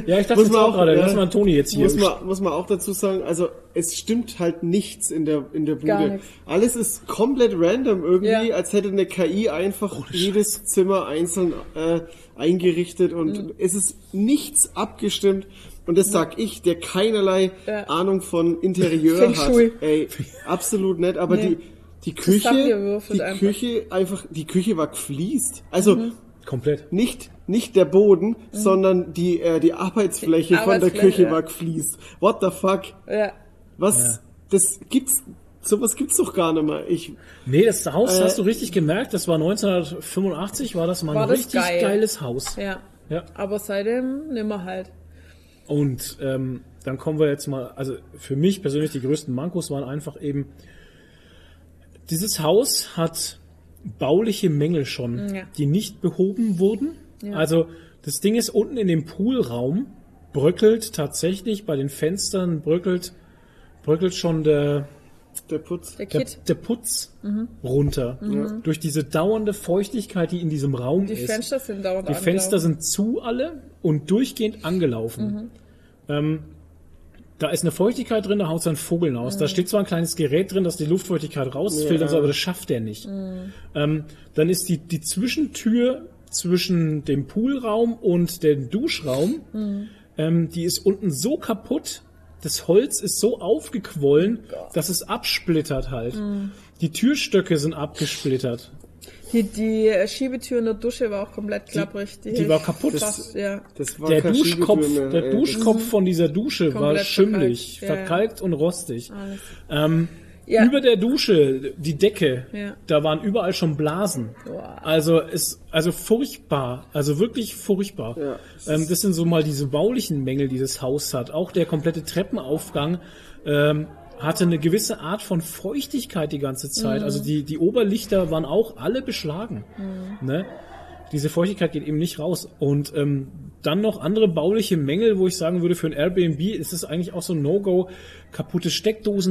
Ja, ich dachte Muss jetzt man auch auch- gerade, ja. lass mal Toni jetzt hier. muss man, muss man auch dazu sagen, also es stimmt halt nichts in der, in der Gar Bude. nichts. Alles ist komplett random irgendwie, Ja. als hätte eine KI einfach jedes Zimmer einzeln äh, eingerichtet und Mhm. es ist nichts abgestimmt. Und das sag ich, der keinerlei Ja. Ahnung von Interieur Feng hat. Shui. Ey, absolut nett, aber Nee. die, die Küche, zusammengewürfelt die einfach. Mhm. Küche einfach, die Küche war gefliest. Also, Komplett. nicht, nicht der Boden, sondern die, äh, die Arbeitsfläche Die von Arbeitsfläche, der Küche ja. war gefliest. What the fuck? Ja. Was? Ja. Das gibt's, sowas gibt's doch gar nicht mehr. Ich, Nee, das Haus Äh, hast du richtig gemerkt, das war 1985, war das mal War ein das richtig geil. geiles Haus. Ja. Ja. Aber seitdem nimmer halt. Und ähm, dann kommen wir jetzt mal, also für mich persönlich die größten Mankos waren einfach eben, dieses Haus hat bauliche Mängel schon, Mm, Ja. die nicht behoben wurden. Also das Ding ist, unten in dem Poolraum bröckelt tatsächlich bei den Fenstern, bröckelt, bröckelt schon der, der Putz. Der Mhm. der, Kid. der Putz runter. Durch diese dauernde Feuchtigkeit, die in diesem Raum Die ist. Fenster sind dauernd Die angelaufen. Mhm. Fenster sind zu alle und durchgehend angelaufen. Ähm, da ist eine Feuchtigkeit drin, da haut sein Vogel aus. Mhm. Da steht zwar ein kleines Gerät drin, dass die Luftfeuchtigkeit rausfiltert, Ja. aber das schafft er nicht. Mhm. Ähm, dann ist die, die Zwischentür zwischen dem Poolraum und dem Duschraum, Mhm. ähm, die ist unten so kaputt, das Holz ist so aufgequollen, dass es absplittert halt. Mhm. Die Türstöcke sind abgesplittert. Die, die Schiebetür in der Dusche war auch komplett klapprig. die war kaputt. Fast, ja. Das war der kein Duschkopf, Schiebetür mehr, der ey. Duschkopf von dieser Dusche war Komplett schimmelig, verkalkt, ja, ja. verkalkt und rostig. Alles. Ähm, Ja. Über der Dusche, die Decke, Ja. da waren überall schon Blasen. Boah. Also ist also furchtbar, also wirklich furchtbar. Ja. Ähm, das sind so mal diese baulichen Mängel, die das Haus hat. Auch der komplette Treppenaufgang ähm, hatte eine gewisse Art von Feuchtigkeit die ganze Mhm. Zeit. Also die, die Oberlichter waren auch alle beschlagen. Mhm. Ne? Diese Feuchtigkeit geht eben nicht raus. Und ähm, dann noch andere bauliche Mängel, wo ich sagen würde, für ein Airbnb ist es eigentlich auch so ein No-Go. Kaputte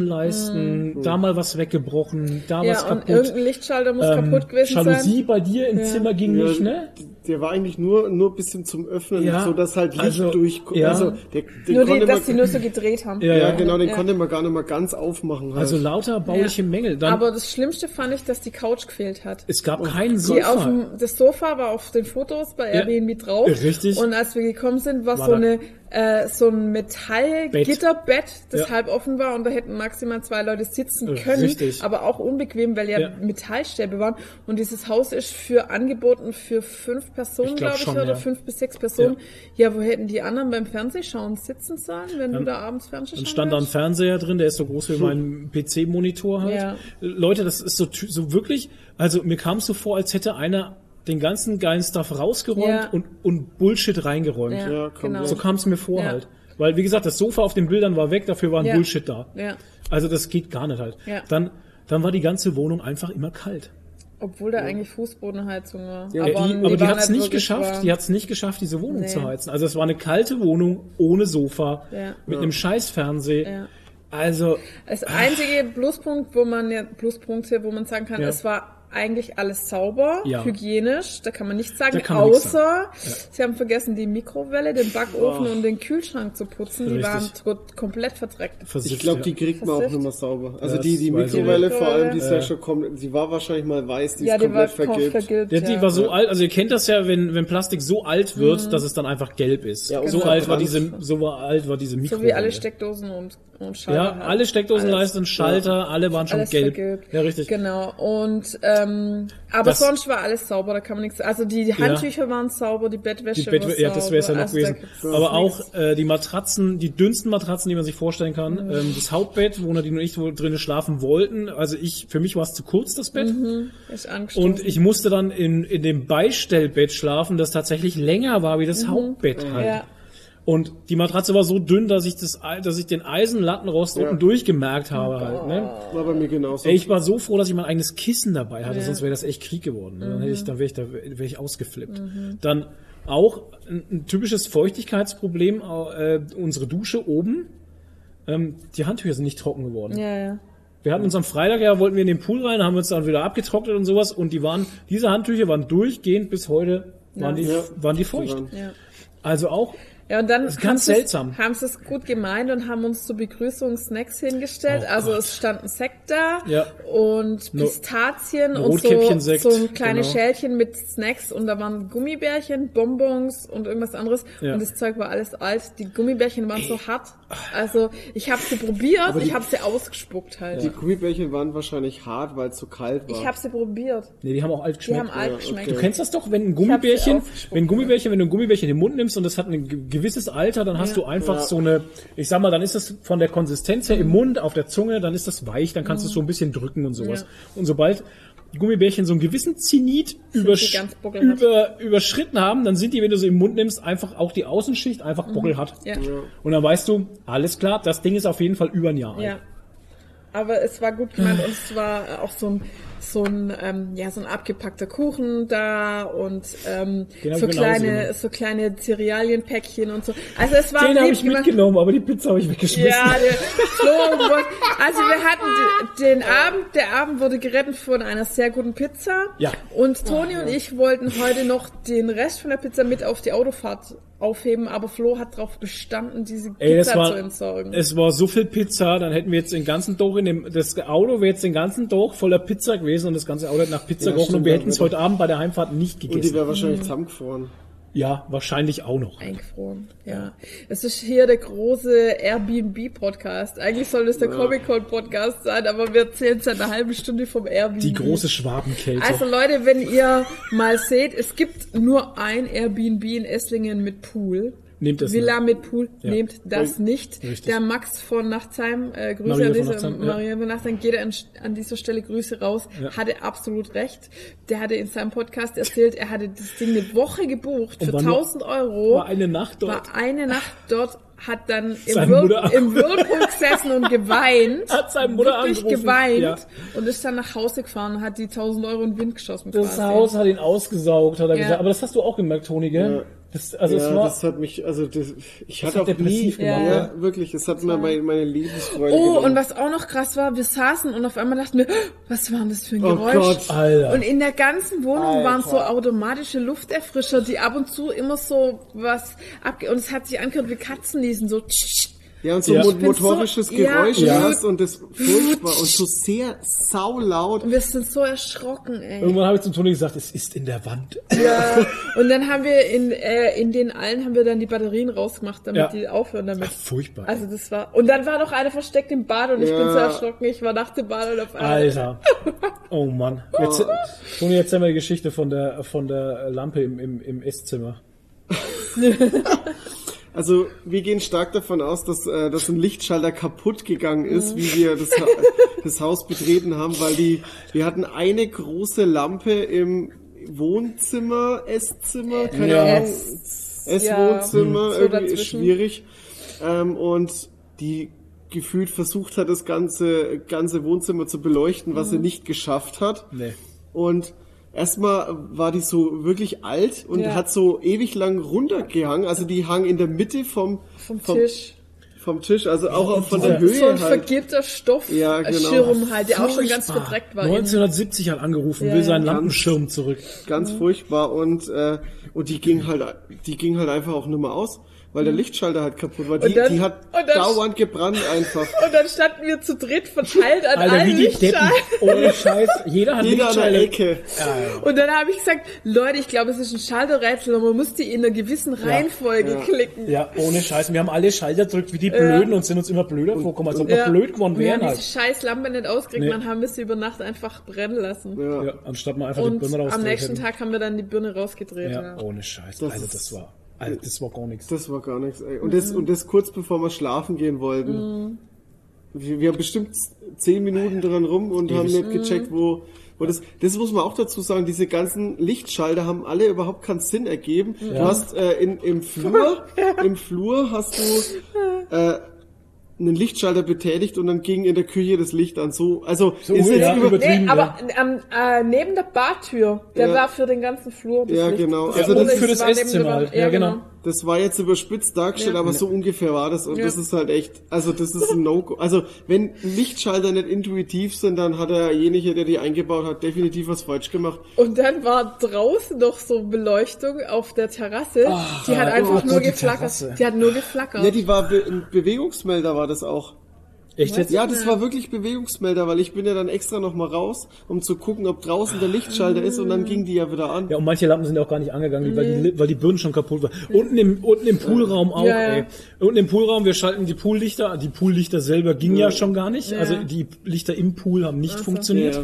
Steckdosenleisten, da mal was weggebrochen, da was Mhm. Ja, und kaputt. ähm, irgendein Lichtschalter muss kaputt gewesen Jalousie sein. bei dir im Ja. Zimmer ging Ja, nicht, ne? Der war eigentlich nur, nur ein bisschen zum Öffnen, Ja, so dass halt Licht also, durch, ja. also, der, den Nur die, konnte dass die man, nur so gedreht haben. Ja, ja, genau, den Ja. konnte man gar nicht mal ganz aufmachen halt. Also lauter bauliche Mängel. Dann, Aber das Schlimmste fand ich, dass die Couch gefehlt hat. es gab keinen Die auf Sofa. dem, das Sofa war auf den Fotos bei Ja. Airbnb drauf. Richtig. Und als wir gekommen sind, war, War so da- eine äh, so ein Bett. Metall-Gitterbett, das Ja. halb offen war und da hätten maximal zwei Leute sitzen Äh, können, richtig. aber auch unbequem, weil ja, Ja. Metallstäbe waren. Und dieses Haus ist für angeboten für fünf Personen, Ich glaub glaube ich, schon, oder ja. fünf bis sechs Personen. Ja. wo hätten die anderen beim Fernsehschauen sitzen sollen, wenn du da abends Fernsehen Dann stand da ein Fernseher drin, der ist so groß wie mein PC-Monitor halt. Ja. Leute, das ist so, ty- so wirklich, also mir kam es so vor, als hätte einer den ganzen geilen Stuff rausgeräumt Ja. und, und Bullshit reingeräumt. Ja, Ja, genau. komplett. So kam es mir vor Ja. halt. Weil, wie gesagt, das Sofa auf den Bildern war weg, dafür war ein Ja. Bullshit da. Ja, Also das geht gar nicht halt. Ja. Dann, dann war die ganze Wohnung einfach immer kalt. obwohl da eigentlich Fußbodenheizung war. Ja, die, aber die, waren halt hat es nicht wirklich geschafft. warm. Die hat es nicht geschafft, diese Wohnung Nee. zu heizen. Also es war eine kalte Wohnung ohne Sofa Ja. mit einem Scheißfernseher. Ja. Also Das einzige Pluspunkt, wo man ja, Pluspunkte, wo man sagen kann, Ja. es war eigentlich alles sauber, Ja. hygienisch, da kann man nichts sagen, Da kann man nichts außer sie haben vergessen, die Mikrowelle, den Backofen und den Kühlschrank zu putzen, die Richtig. waren tot- komplett verdreckt. versifft, Ich glaube, ja. die kriegt man auch Versifft. nicht mehr sauber. Also Das die, die weiß ich nicht. Mikrowelle vor allem, die Mikrowelle. ist ja schon komplett, die war wahrscheinlich mal weiß, die ja, ist die war komplett vergilbt. vergilbt. vergilbt Ja, ja, Mhm. die war so alt, also ihr kennt das ja, wenn, wenn Plastik so alt wird, dass es dann einfach gelb ist. Ja, und so verbrannt. alt war diese, so war alt war diese Mikro. So wie alle Steckdosen und, und Schalter. Ja, halt. alle Steckdosenleisten, Schalter, alle waren schon Alles gelb. vergilbt. Ja, richtig. Genau. Und ähm, aber Das- sonst war alles sauber, da kann man nichts. Also die Handtücher waren sauber, die Bettwäsche Die Bettwäsche, war sauber. ja, das wäre es ja noch also da gewesen. gibt's Aber nichts. auch äh, die Matratzen, die dünnsten Matratzen, die man sich vorstellen kann. Ähm, das Hauptbett, wo Nadine und ich wohl drinnen schlafen wollten. Also ich, für mich war es zu kurz, das Bett. Ist angestoßen. Und ich musste dann in, in dem Beistellbett schlafen, das tatsächlich länger war wie das Hauptbett halt. ja. Und die Matratze war so dünn, dass ich das, Ei- dass ich den Eisenlattenrost Ja. unten durchgemerkt habe halt, ne? War bei mir genauso. Ey, Ich war so froh, dass ich mein eigenes Kissen dabei hatte, Ja. Mhm. sonst wäre das echt Krieg geworden. ne? Dann hätte ich, dann wäre ich, da wäre ich ausgeflippt. Dann auch ein, ein typisches Feuchtigkeitsproblem, äh, unsere Dusche oben. Ähm, die Handtücher sind nicht trocken geworden. Ja, ja. Wir hatten uns am Freitag ja, wollten wir in den Pool rein, haben uns dann wieder abgetrocknet und sowas und die waren, diese Handtücher waren durchgehend bis heute waren, die, Ja. waren die feucht. Ja. Also auch, Ja, und dann Das ist haben ganz sie es- seltsam. haben sie es gut gemeint und haben uns zur Begrüßung Snacks hingestellt. Oh also Gott. es standen Sekt da Ja. und Nur- Pistazien nur und so, Rotkäppchensekt, so ein kleines genau. Schälchen mit Snacks und da waren Gummibärchen, Bonbons und irgendwas anderes. Ja. Und das Zeug war alles alt. Die Gummibärchen waren so hart. Also ich habe sie probiert, Aber die- ich habe sie ausgespuckt halt. Die Gummibärchen waren wahrscheinlich hart, weil es zu kalt war. Ich habe sie probiert. nee, die haben auch alt Die geschmeckt. haben alt okay. geschmeckt. Du kennst das doch, wenn ein Gummibärchen, aufgespuckt, wenn ein Gummibärchen, wenn du ein Gummibärchen in den Mund nimmst und das hat ein ge- gewisses Alter, dann hast Ja. du einfach Ja. so eine, ich sag mal, dann ist es von der Konsistenz her Mhm. im Mund, auf der Zunge, dann ist das weich, dann kannst du es so ein bisschen drücken und sowas. Und sobald die Gummibärchen so einen gewissen Zenit übersch ganz buckelhart. über, überschritten haben, dann sind die, wenn du sie im Mund nimmst, einfach auch die Außenschicht einfach buckelhart. Mhm. Ja. Ja. Und dann weißt du, alles klar, das Ding ist auf jeden Fall über ein Jahr alt. Ja. Aber es war gut gemeint und es war auch so ein, so ein, ähm, ja, so ein abgepackter Kuchen da und ähm, Den hab so, ich mir Genau genauso kleine, gemacht. so kleine Cerealienpäckchen und so. Also es war Den habe lieb ich mitgenommen, aber die Pizza habe ich weggeschmissen. Ja, der Flo, wollte- also wir hatten de- den Abend, der Abend wurde gerettet von einer sehr guten Pizza. Ja. Und Toni und ich wollten heute noch den Rest von der Pizza mit auf die Autofahrt aufheben, aber Flo hat darauf bestanden, diese Pizza Ey, das war, zu entsorgen. es war so viel Pizza, dann hätten wir jetzt den ganzen Tag in dem, das Auto wäre jetzt den ganzen Tag voller Pizza gewesen und das ganze Auto hätte nach Pizza Ja, gerochen stimmt, und wir ja, hätten es ja. heute Abend bei der Heimfahrt Und nicht die gegessen. wäre wahrscheinlich zusammengefroren. Ja, wahrscheinlich auch noch. Eingefroren, ja. Es ist hier der große Airbnb-Podcast. Eigentlich soll es der Ja. Comic-Con-Podcast sein, aber wir erzählen seit einer halben Stunde vom Airbnb. Die große Schwabenkälte. Also Leute, wenn ihr mal seht, es gibt nur ein Airbnb in Esslingen mit Pool. Nehmt das Villa nicht. mit Pool, Ja. Oh, nehmt das nicht. Richtig. Der Max von Nachtsheim, äh, Grüße Maria an von dieser Nachtsheim, ja. Maria von Nachtsheim, geht an, an dieser Stelle Grüße raus, Ja. hatte absolut recht. Der hatte in seinem Podcast erzählt, er hatte das Ding eine Woche gebucht Und für war nur- 1000 Euro war eine Nacht dort. war eine Nacht dort, hat dann im, Seine Wir Mutter- im Whirlpool gesessen und geweint. Hat seine Mutter wirklich angerufen. geweint Ja. und ist dann nach Hause gefahren und hat die 1000 Euro in den Wind geschossen. das quasi. Haus hat ihn ausgesaugt, hat er Ja. gesagt. Aber das hast du auch gemerkt, Toni, gell? Ja. Das, also ja, es war, das hat mich, also das, ich Das hatte auch hat nie, depressiv gemacht, ne? ja, wirklich, es hat mir meine, meine Lebensfreude Oh, und genommen. was auch noch krass war, wir saßen und auf einmal dachten wir, was war denn das für ein Oh Geräusch? Gott. Alter. Und in der ganzen Wohnung Alter. waren so automatische Lufterfrischer, die ab und zu immer so was abge... Und es hat sich angehört wie Katzenniesen, so... tsch, tsch. Ja, und so Ja. mo- bin motorisches so- Geräusch ja. hast und das furchtbar und so sehr saulaut. Und wir sind so erschrocken, ey. irgendwann habe ich zum Toni gesagt, es ist in der Wand. Ja, und dann haben wir in, äh, in den allen haben wir dann die Batterien rausgemacht, damit Ja. die aufhören damit. Ach, furchtbar. Also das war. Und dann war noch eine versteckt im Bad und ich bin Ja. so erschrocken. Ich war nach dem Bad und auf einmal. Alter. Oh Mann. Jetzt, Toni, erzähl mal die Geschichte von der, von der Lampe im, im, im Esszimmer. Also wir gehen stark davon aus, dass, äh, dass ein Lichtschalter kaputt gegangen ist, wie wir das, Ha- das Haus betreten haben, weil die, wir hatten eine große Lampe im Wohnzimmer, Esszimmer, keine Ja. Ahnung, Äh, Es- Esswohnzimmer, ja. So irgendwie ist dazwischen. schwierig. Ähm, und die gefühlt versucht hat, das ganze, ganze Wohnzimmer zu beleuchten, was Mhm. sie nicht geschafft hat. Nee. Und erstmal war die so wirklich alt und Ja. hat so ewig lang runtergehangen. Also die hang in der Mitte vom, Vom Tisch. Vom Tisch, also auch auf- von Ja. der Höhe. So ein halt. vergilbter Stoff, Ja, äh, genau. Schirm halt, der auch schon ganz Furchtbar. verdreckt war. 1970 hat angerufen, Ja, will ja. seinen Lampenschirm zurück. Ganz Mhm. furchtbar. Und, äh, und die ging halt die ging halt einfach auch nicht mehr aus, weil der Lichtschalter halt kaputt war. Die, Mhm. Und dann- die hat und dann- dauernd gebrannt einfach. und dann standen wir zu dritt verteilt an Alter, wie allen die Deppen. Lichtschalen. Ohne Scheiß. Jeder hat Jeder an der Lichtschalter. Ecke. Und dann habe ich gesagt, Leute, ich glaube, es ist ein Schalterrätsel und man muss die in einer gewissen Reihenfolge Ja. klicken. Ja, ohne Scheiß. Wir haben alle Schalter gedrückt wie die Blöden und sind uns immer blöder vorgekommen, als ob wir blöd geworden wir haben wären diese halt. scheiß Lampe nicht ausgekriegt, Nee. dann haben wir sie über Nacht einfach brennen lassen. Ja. Ja, anstatt mal einfach die Und Birne rausdrehen. am nächsten Tag haben wir dann die Birne rausgedreht. Ja. Ja, ohne Scheiß. Das also ist- das war, also das war gar nichts. Das war gar nichts, ey. Und, das, und das kurz bevor wir schlafen gehen wollten. Wir, wir haben bestimmt zehn Minuten dran rum und haben Ewig. nicht gecheckt, wo, wo das. Das muss man auch dazu sagen, diese ganzen Lichtschalter haben alle überhaupt keinen Sinn ergeben. Du hast äh, in, im Flur, im Flur hast du äh, einen Lichtschalter betätigt und dann ging in der Küche das Licht an. So, also So, ist ja, jetzt über, über- Nee, Übertrieben, aber ähm, äh, neben der Bartür, der Ja. war für den ganzen Flur. das Ja, Licht. genau. Das Also Rolle das- ist- für das war neben der Esszimmer Wand. halt. Ja, genau. das war jetzt überspitzt dargestellt, Ja. aber so ungefähr war das und Ja. das ist halt echt, also das ist ein No-Go. Also wenn Lichtschalter nicht intuitiv sind, dann hat derjenige, der die eingebaut hat, definitiv was falsch gemacht. Und dann war draußen noch so Beleuchtung auf der Terrasse. Ach, die hat oh einfach Gott, nur die geflackert. Terrasse. Die, hat nur geflackert. Ja, Ne, die war Be ein Bewegungsmelder war das auch. Echt jetzt? Ja, das war wirklich Bewegungsmelder, weil ich bin ja dann extra nochmal raus, um zu gucken, ob draußen der Lichtschalter ist Ah. und dann ging die ja wieder an. Ja, und manche Lampen sind ja auch gar nicht angegangen, weil, die, Li- weil die Birnen schon kaputt waren. Unten im, unten im Poolraum auch, Ja, ja. ey. Unten im Poolraum, wir schalten die Poollichter. an. Die Poollichter selber ging ja, schon gar nicht. Ja. Also die Lichter im Pool haben nicht funktioniert. Ja.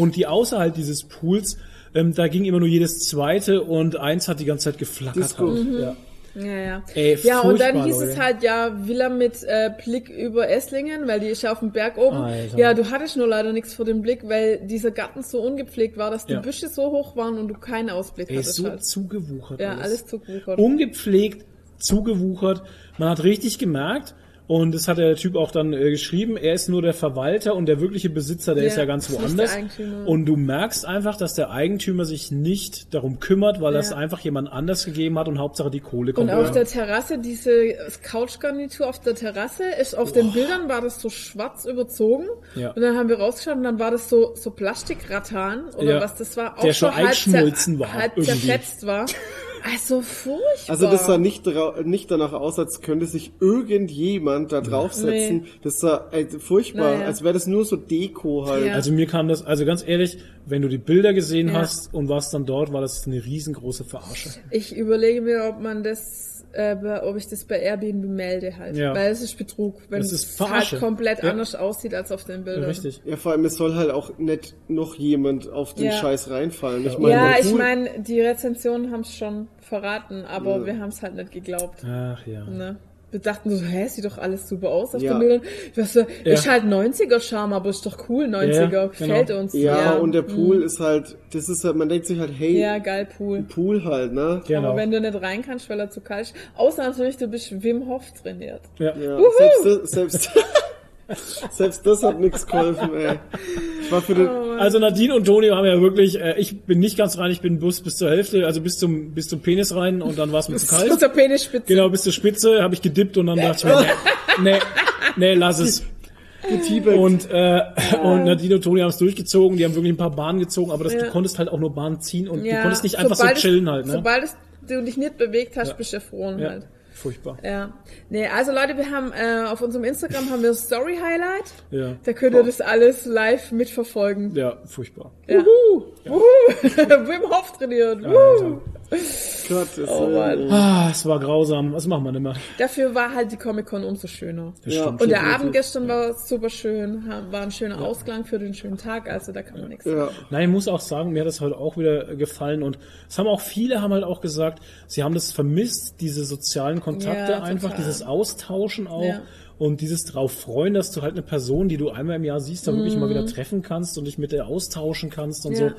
Und die außerhalb dieses Pools, ähm, da ging immer nur jedes zweite und eins hat die ganze Zeit geflackert. Disco. Halt. Mhm. Ja. Ja, ja. Ey, ja, und dann furchtbar, hieß Leute. es halt ja Villa mit äh, Blick über Esslingen, weil die ist ja auf dem Berg oben. Alter. Ja, du hattest nur leider nichts vor dem Blick, weil dieser Garten so ungepflegt war, dass die Ja. Büsche so hoch waren und du keinen Ausblick Ey, hattest. so halt. zugewuchert. Ja, alles zugewuchert. Ungepflegt, zugewuchert. Man hat richtig gemerkt, und das hat der Typ auch dann äh, geschrieben, er ist nur der Verwalter und der wirkliche Besitzer, der Ja, ist ja ganz nicht der woanders. Eigentümer. Und du merkst einfach, dass der Eigentümer sich nicht darum kümmert, weil er es Ja. einfach jemand anders gegeben hat und Hauptsache die Kohle kommt. Und auf rein. der Terrasse, diese Couchgarnitur auf der Terrasse, ist auf den Bildern war das so schwarz überzogen. Ja. Und dann haben wir rausgeschaut und dann war das so, so Plastikratan oder Ja. was das war. Der schon halb zer- eingeschmolzen war, Halb irgendwie. zerfetzt war. Also furchtbar. Also das sah nicht, dra- nicht danach aus, als könnte sich irgendjemand da draufsetzen. Nee. Das sah äh, furchtbar, Naja. als wäre das nur so Deko halt. Ja. Also mir kam das, also ganz ehrlich, wenn du die Bilder gesehen Ja. hast und warst dann dort, war das eine riesengroße Verarsche. Ich überlege mir, ob man das, äh, bei- ob ich das bei Airbnb melde halt. Ja. Weil es ist Betrug, wenn Das ist es Verarsche. halt komplett Ja. anders aussieht als auf den Bildern. Richtig. Ja, vor allem, es soll halt auch nicht noch jemand auf den Ja. Scheiß reinfallen. Ich meine, Ja, der ich Pool- meine, die Rezensionen haben es schon verraten, aber Ja. wir haben es halt nicht geglaubt. Ach ja. Ne? Wir dachten so, hä, sieht doch alles super aus auf Ja. den Bildern. Ich war so, ist Ja. halt 90er-Charme, aber ist doch cool, 90er, Ja, gefällt genau. uns. Ja, und der Pool ist halt, das ist halt, man denkt sich halt, hey, Mhm. Ja, geil, Pool. Pool halt, ne? Genau. Aber wenn du nicht rein kannst, weil er zu kalt ist. Außer natürlich, du bist Wim Hof trainiert. Ja. Ja, selbst, das- selbst, selbst das hat nix geholfen, ey. Ich war für den, Oh. Also Nadine und Toni haben ja wirklich, äh, ich bin nicht ganz rein, ich bin Bus bis zur Hälfte, also bis zum bis zum Penis rein und dann war es mir zu Bis kalt. zur Penisspitze. Genau, bis zur Spitze habe ich gedippt und dann dachte ich mir, nee, nee, nee lass es. T-Bag. Und, äh, und Nadine und Toni haben es durchgezogen, die haben wirklich ein paar Bahnen gezogen, aber das, Ja. du konntest halt auch nur Bahnen ziehen und Ja, du konntest nicht einfach so sobald es- chillen halt, ne? Sobald es, du dich nicht bewegt hast, bist du erfroren Ja, halt. furchtbar. Ja. Nee, also Leute, wir haben äh, auf unserem Instagram haben wir Story Highlight. Ja. Da könnt ihr das alles live mitverfolgen. Ja, furchtbar. Ja. Wuhu! Wuhu! Wim Hof trainiert. also. Wuhu! Gott, das Oh Mann. Ah, es war grausam. Was machen wir denn mal? Dafür war halt die Comic Con umso schöner. Ja. Und der Abend gestern war super schön, ha- war ein schöner Ausgang für den schönen Tag, also da kann man nichts sagen. Ja. Nein, ich muss auch sagen, mir hat das heute auch wieder gefallen und es haben auch viele haben halt auch gesagt, sie haben das vermisst, diese sozialen Kontakte Ja, einfach, total. dieses Austauschen auch Ja. und dieses drauf freuen, dass du halt eine Person, die du einmal im Jahr siehst, da wirklich mal wieder treffen kannst und dich mit der austauschen kannst und Mhm. Ja. so.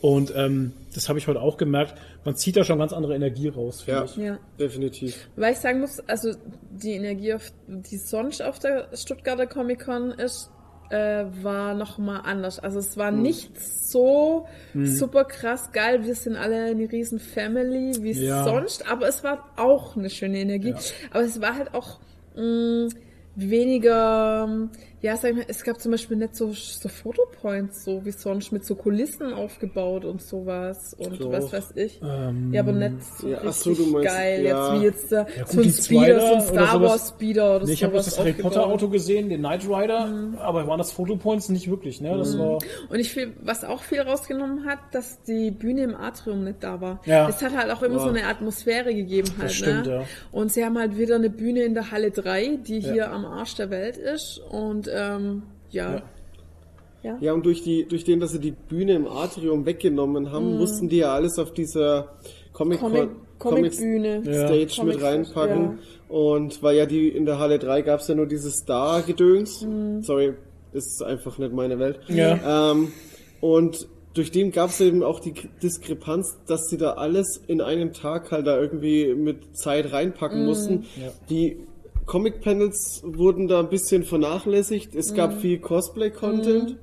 Und ähm, das habe ich heute auch gemerkt, man zieht da schon ganz andere Energie raus, finde Ja, ich. Ja. definitiv. Weil ich sagen muss, also die Energie, auf, die sonst auf der Stuttgarter Comic Con ist, äh, war nochmal anders. Also es Hm. war nicht so super krass geil. Wir sind alle eine riesen Family wie Ja. sonst, aber es war auch eine schöne Energie. Aber es war halt auch mh, weniger, ähm, ja, sag ich mal, es gab zum Beispiel nicht so, so Fotopoints, so wie sonst, mit so Kulissen aufgebaut und sowas und Doch. was weiß ich. Ähm, Ja, aber nicht so Ja, ach richtig so, du meinst- geil. ja. Jetzt wie jetzt äh, Ja, gut, so ein die Speeder, so Zweiter ein Star oder sowas. Wars Speeder oder Nee, ich habe sowas bloß das Harry aufgebaut. Mhm. Potter Auto gesehen, den Knight Rider, aber waren das Fotopoints nicht wirklich, ne? Das war Und ich viel, was auch viel rausgenommen hat, dass die Bühne im Atrium nicht da war. Ja. Es hat halt auch immer Ja. so eine Atmosphäre gegeben halt. stimmt, ne? ja. Und sie haben halt wieder eine Bühne in der Halle 3, die Ja. hier am Arsch der Welt ist. Und ähm, ja. Ja. Ja. Ja, und durch die, durch den, dass sie die Bühne im Atrium weggenommen haben, mussten die ja alles auf dieser Comic, Mhm. Comic, Comic Comic-Bühne. Ja. Stage Comic mit Stage, reinpacken. Und weil ja die in der Halle 3 gab's ja nur dieses Star-Gedöns. Sorry, ist einfach nicht meine Welt. Mhm. Ja. Ähm, und durch den gab's eben auch die K- Diskrepanz, dass sie da alles in einem Tag halt da irgendwie mit Zeit reinpacken mussten, Mhm. Ja. die Comic-Panels wurden da ein bisschen vernachlässigt. Es gab Mhm. viel Cosplay-Content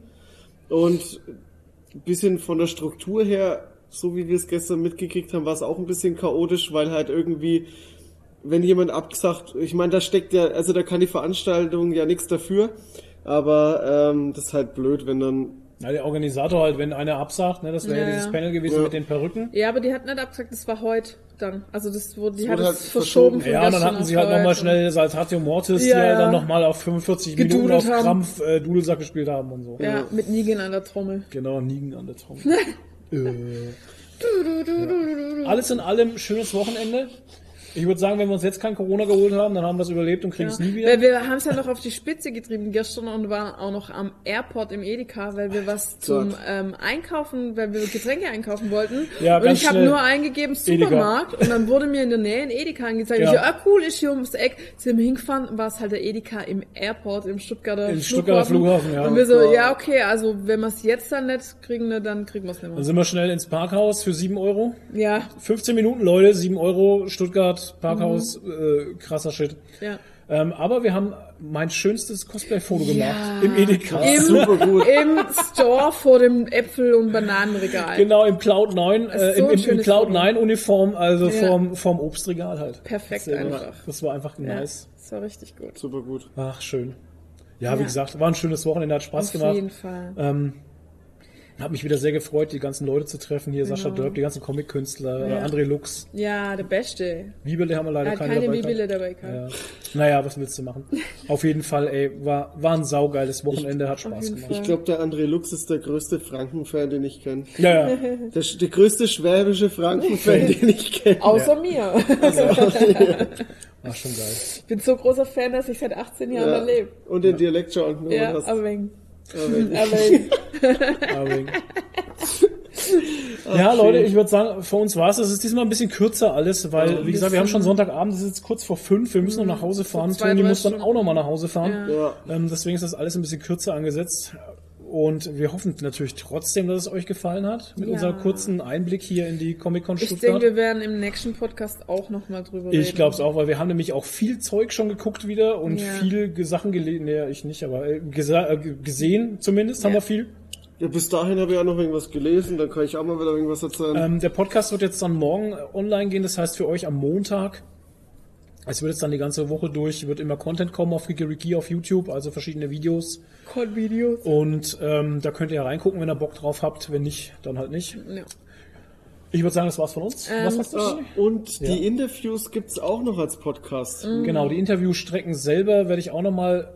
und ein bisschen von der Struktur her, so wie wir es gestern mitgekriegt haben, war es auch ein bisschen chaotisch, weil halt irgendwie, wenn jemand abgesagt, ich meine, da steckt ja, also da kann die Veranstaltung ja nichts dafür, aber ähm, das ist halt blöd, wenn dann Na, der Organisator halt, wenn einer absagt, ne, das wäre ja, Ja, dieses ja. Panel gewesen Ja. mit den Perücken. Ja, aber die hatten nicht abgesagt, das war heute dann. Also das wurde, die wurde hat es halt verschoben. verschoben. von Ja, dann gestern hatten auf sie halt heute nochmal und- schnell Saltatio Mortis, Ja, die halt ja. dann nochmal auf 45 Minuten Gedudelt auf haben. Krampf äh, Dudelsack gespielt haben und so. Ja, mit Nigen an der Trommel. Genau, liegen an der Trommel. äh. ja. Alles in allem, schönes Wochenende. Ich würde sagen, wenn wir uns jetzt kein Corona geholt haben, dann haben wir es überlebt und kriegen es Ja. nie wieder. Weil wir haben es ja noch auf die Spitze getrieben gestern und waren auch noch am Airport im Edeka, weil wir was zum Gott. ähm, Einkaufen, weil wir Getränke einkaufen wollten. Ja, und ganz ich habe schnell. nur eingegeben Supermarkt und dann wurde mir in der Nähe ein Edeka angezeigt. Ja. Ich, ja, cool, ist hier ums Eck. Sind wir hingefahren, war es halt der Edeka im Airport, im Stuttgarter Im Flughafen. Stuttgarter Flughafen, ja. Und wir so, Klar. ja, okay, also wenn wir es jetzt dann nicht kriegen, ne, dann kriegen wir es nicht Dann mehr. sind wir schnell ins Parkhaus für 7 Euro. Ja, 15 Minuten, Leute, 7 Euro, Stuttgart, Parkhaus, äh, krasser Shit. Mhm. ja. Ähm, aber wir haben mein schönstes Cosplay-Foto Ja. gemacht im Edeka. Im, super gut. Im Store vor dem Äpfel- und Bananenregal. Genau, im Cloud 9, ist äh, so im, ein im, im schönes Cloud Foto. 9 Uniform, also Ja. vom, vom Obstregal halt. Perfekt das, war- einfach. Das war einfach Ja, nice. Das war richtig gut. super gut. Ach, schön. Ja, wie Ja. gesagt, war ein schönes Wochenende, hat Spaß Auf gemacht. jeden Fall. Ähm, hab mich wieder sehr gefreut, die ganzen Leute zu treffen. Hier Sascha Genau. Dörp, die ganzen Comic-Künstler, Ja. äh, André Lux. Ja, der Beste. Bibele haben wir leider Er hat keine, keine dabei. Bibele gehabt. dabei gehabt. Ja. Naja, was willst du machen? Auf jeden Fall, ey, war, war ein saugeiles Wochenende, hat Spaß jeden gemacht. Fall. Ich glaube, der André Lux ist der größte Franken-Fan, den ich kenne. Ja, ja. Der, sch- der größte schwäbische Franken-Fan, den ich kenne. Außer mir. Also, War schon geil. Ich bin so großer Fan, dass ich seit 18 Jahren Ja. erlebe. Und den Dialekt schon. Ja, hast. aber wegen. oh, aber- Aber wegen. Aber- ja, Leute, ich würde sagen, für uns war's. es. Es ist diesmal ein bisschen kürzer alles, weil, wie gesagt, wir haben schon Sonntagabend, es ist jetzt kurz vor fünf, wir müssen noch nach Hause fahren. zwei, Toni drei muss dann Stunden. auch noch mal nach Hause fahren. Ja. ja. Ähm, deswegen ist das alles ein bisschen kürzer angesetzt. Und wir hoffen natürlich trotzdem, dass es euch gefallen hat mit Ja. unserem kurzen Einblick hier in die Comic-Con Ich denke, Stuttgart. wir werden im nächsten Podcast auch nochmal drüber reden. Oh Ich glaube es auch, weil wir haben nämlich auch viel Zeug schon geguckt wieder und Ja. viel Ge- Sachen gelesen. Nee, ich nicht, aber äh, gesa- äh, gesehen zumindest haben Ja. wir viel. ja, bis dahin habe ich auch noch irgendwas gelesen, dann kann ich auch mal wieder irgendwas erzählen. Ähm, der Podcast wird jetzt dann morgen äh, online gehen, das heißt für euch am Montag. Es wird jetzt dann die ganze Woche durch, wird immer Content kommen auf Gigiriki auf YouTube, also verschiedene Videos. Code-Videos. Und ähm, da könnt ihr reingucken, wenn ihr Bock drauf habt. Wenn nicht, dann halt nicht. Ja. Ich würde sagen, das war's von uns. Ähm, Was hast du? ah, Toni? und Ja. die Interviews gibt's auch noch als Podcast. Mhm. Genau, die Interviewstrecken selber werde ich auch nochmal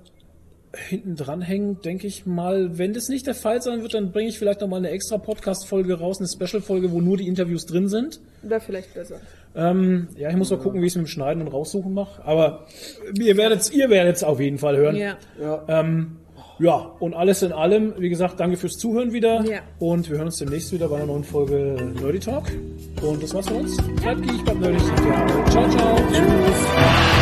hinten dranhängen, denke ich mal. Wenn das nicht der Fall sein wird, dann bringe ich vielleicht nochmal eine extra Podcast-Folge raus, eine Special-Folge, wo nur die Interviews drin sind. Wäre vielleicht besser. Ähm, ja, ich muss mal gucken, wie ich es mit dem Schneiden und Raussuchen mache. Aber ihr werdet ihr werdet's auf jeden Fall hören. Ja. Ähm, ja, und alles in allem, wie gesagt, danke fürs Zuhören wieder. Ja. Und wir hören uns demnächst wieder bei einer neuen Folge Nerdy Talk. Und das war's von uns. Bleibt geek, bleibt nerdig. Ciao, ciao. Tschüss.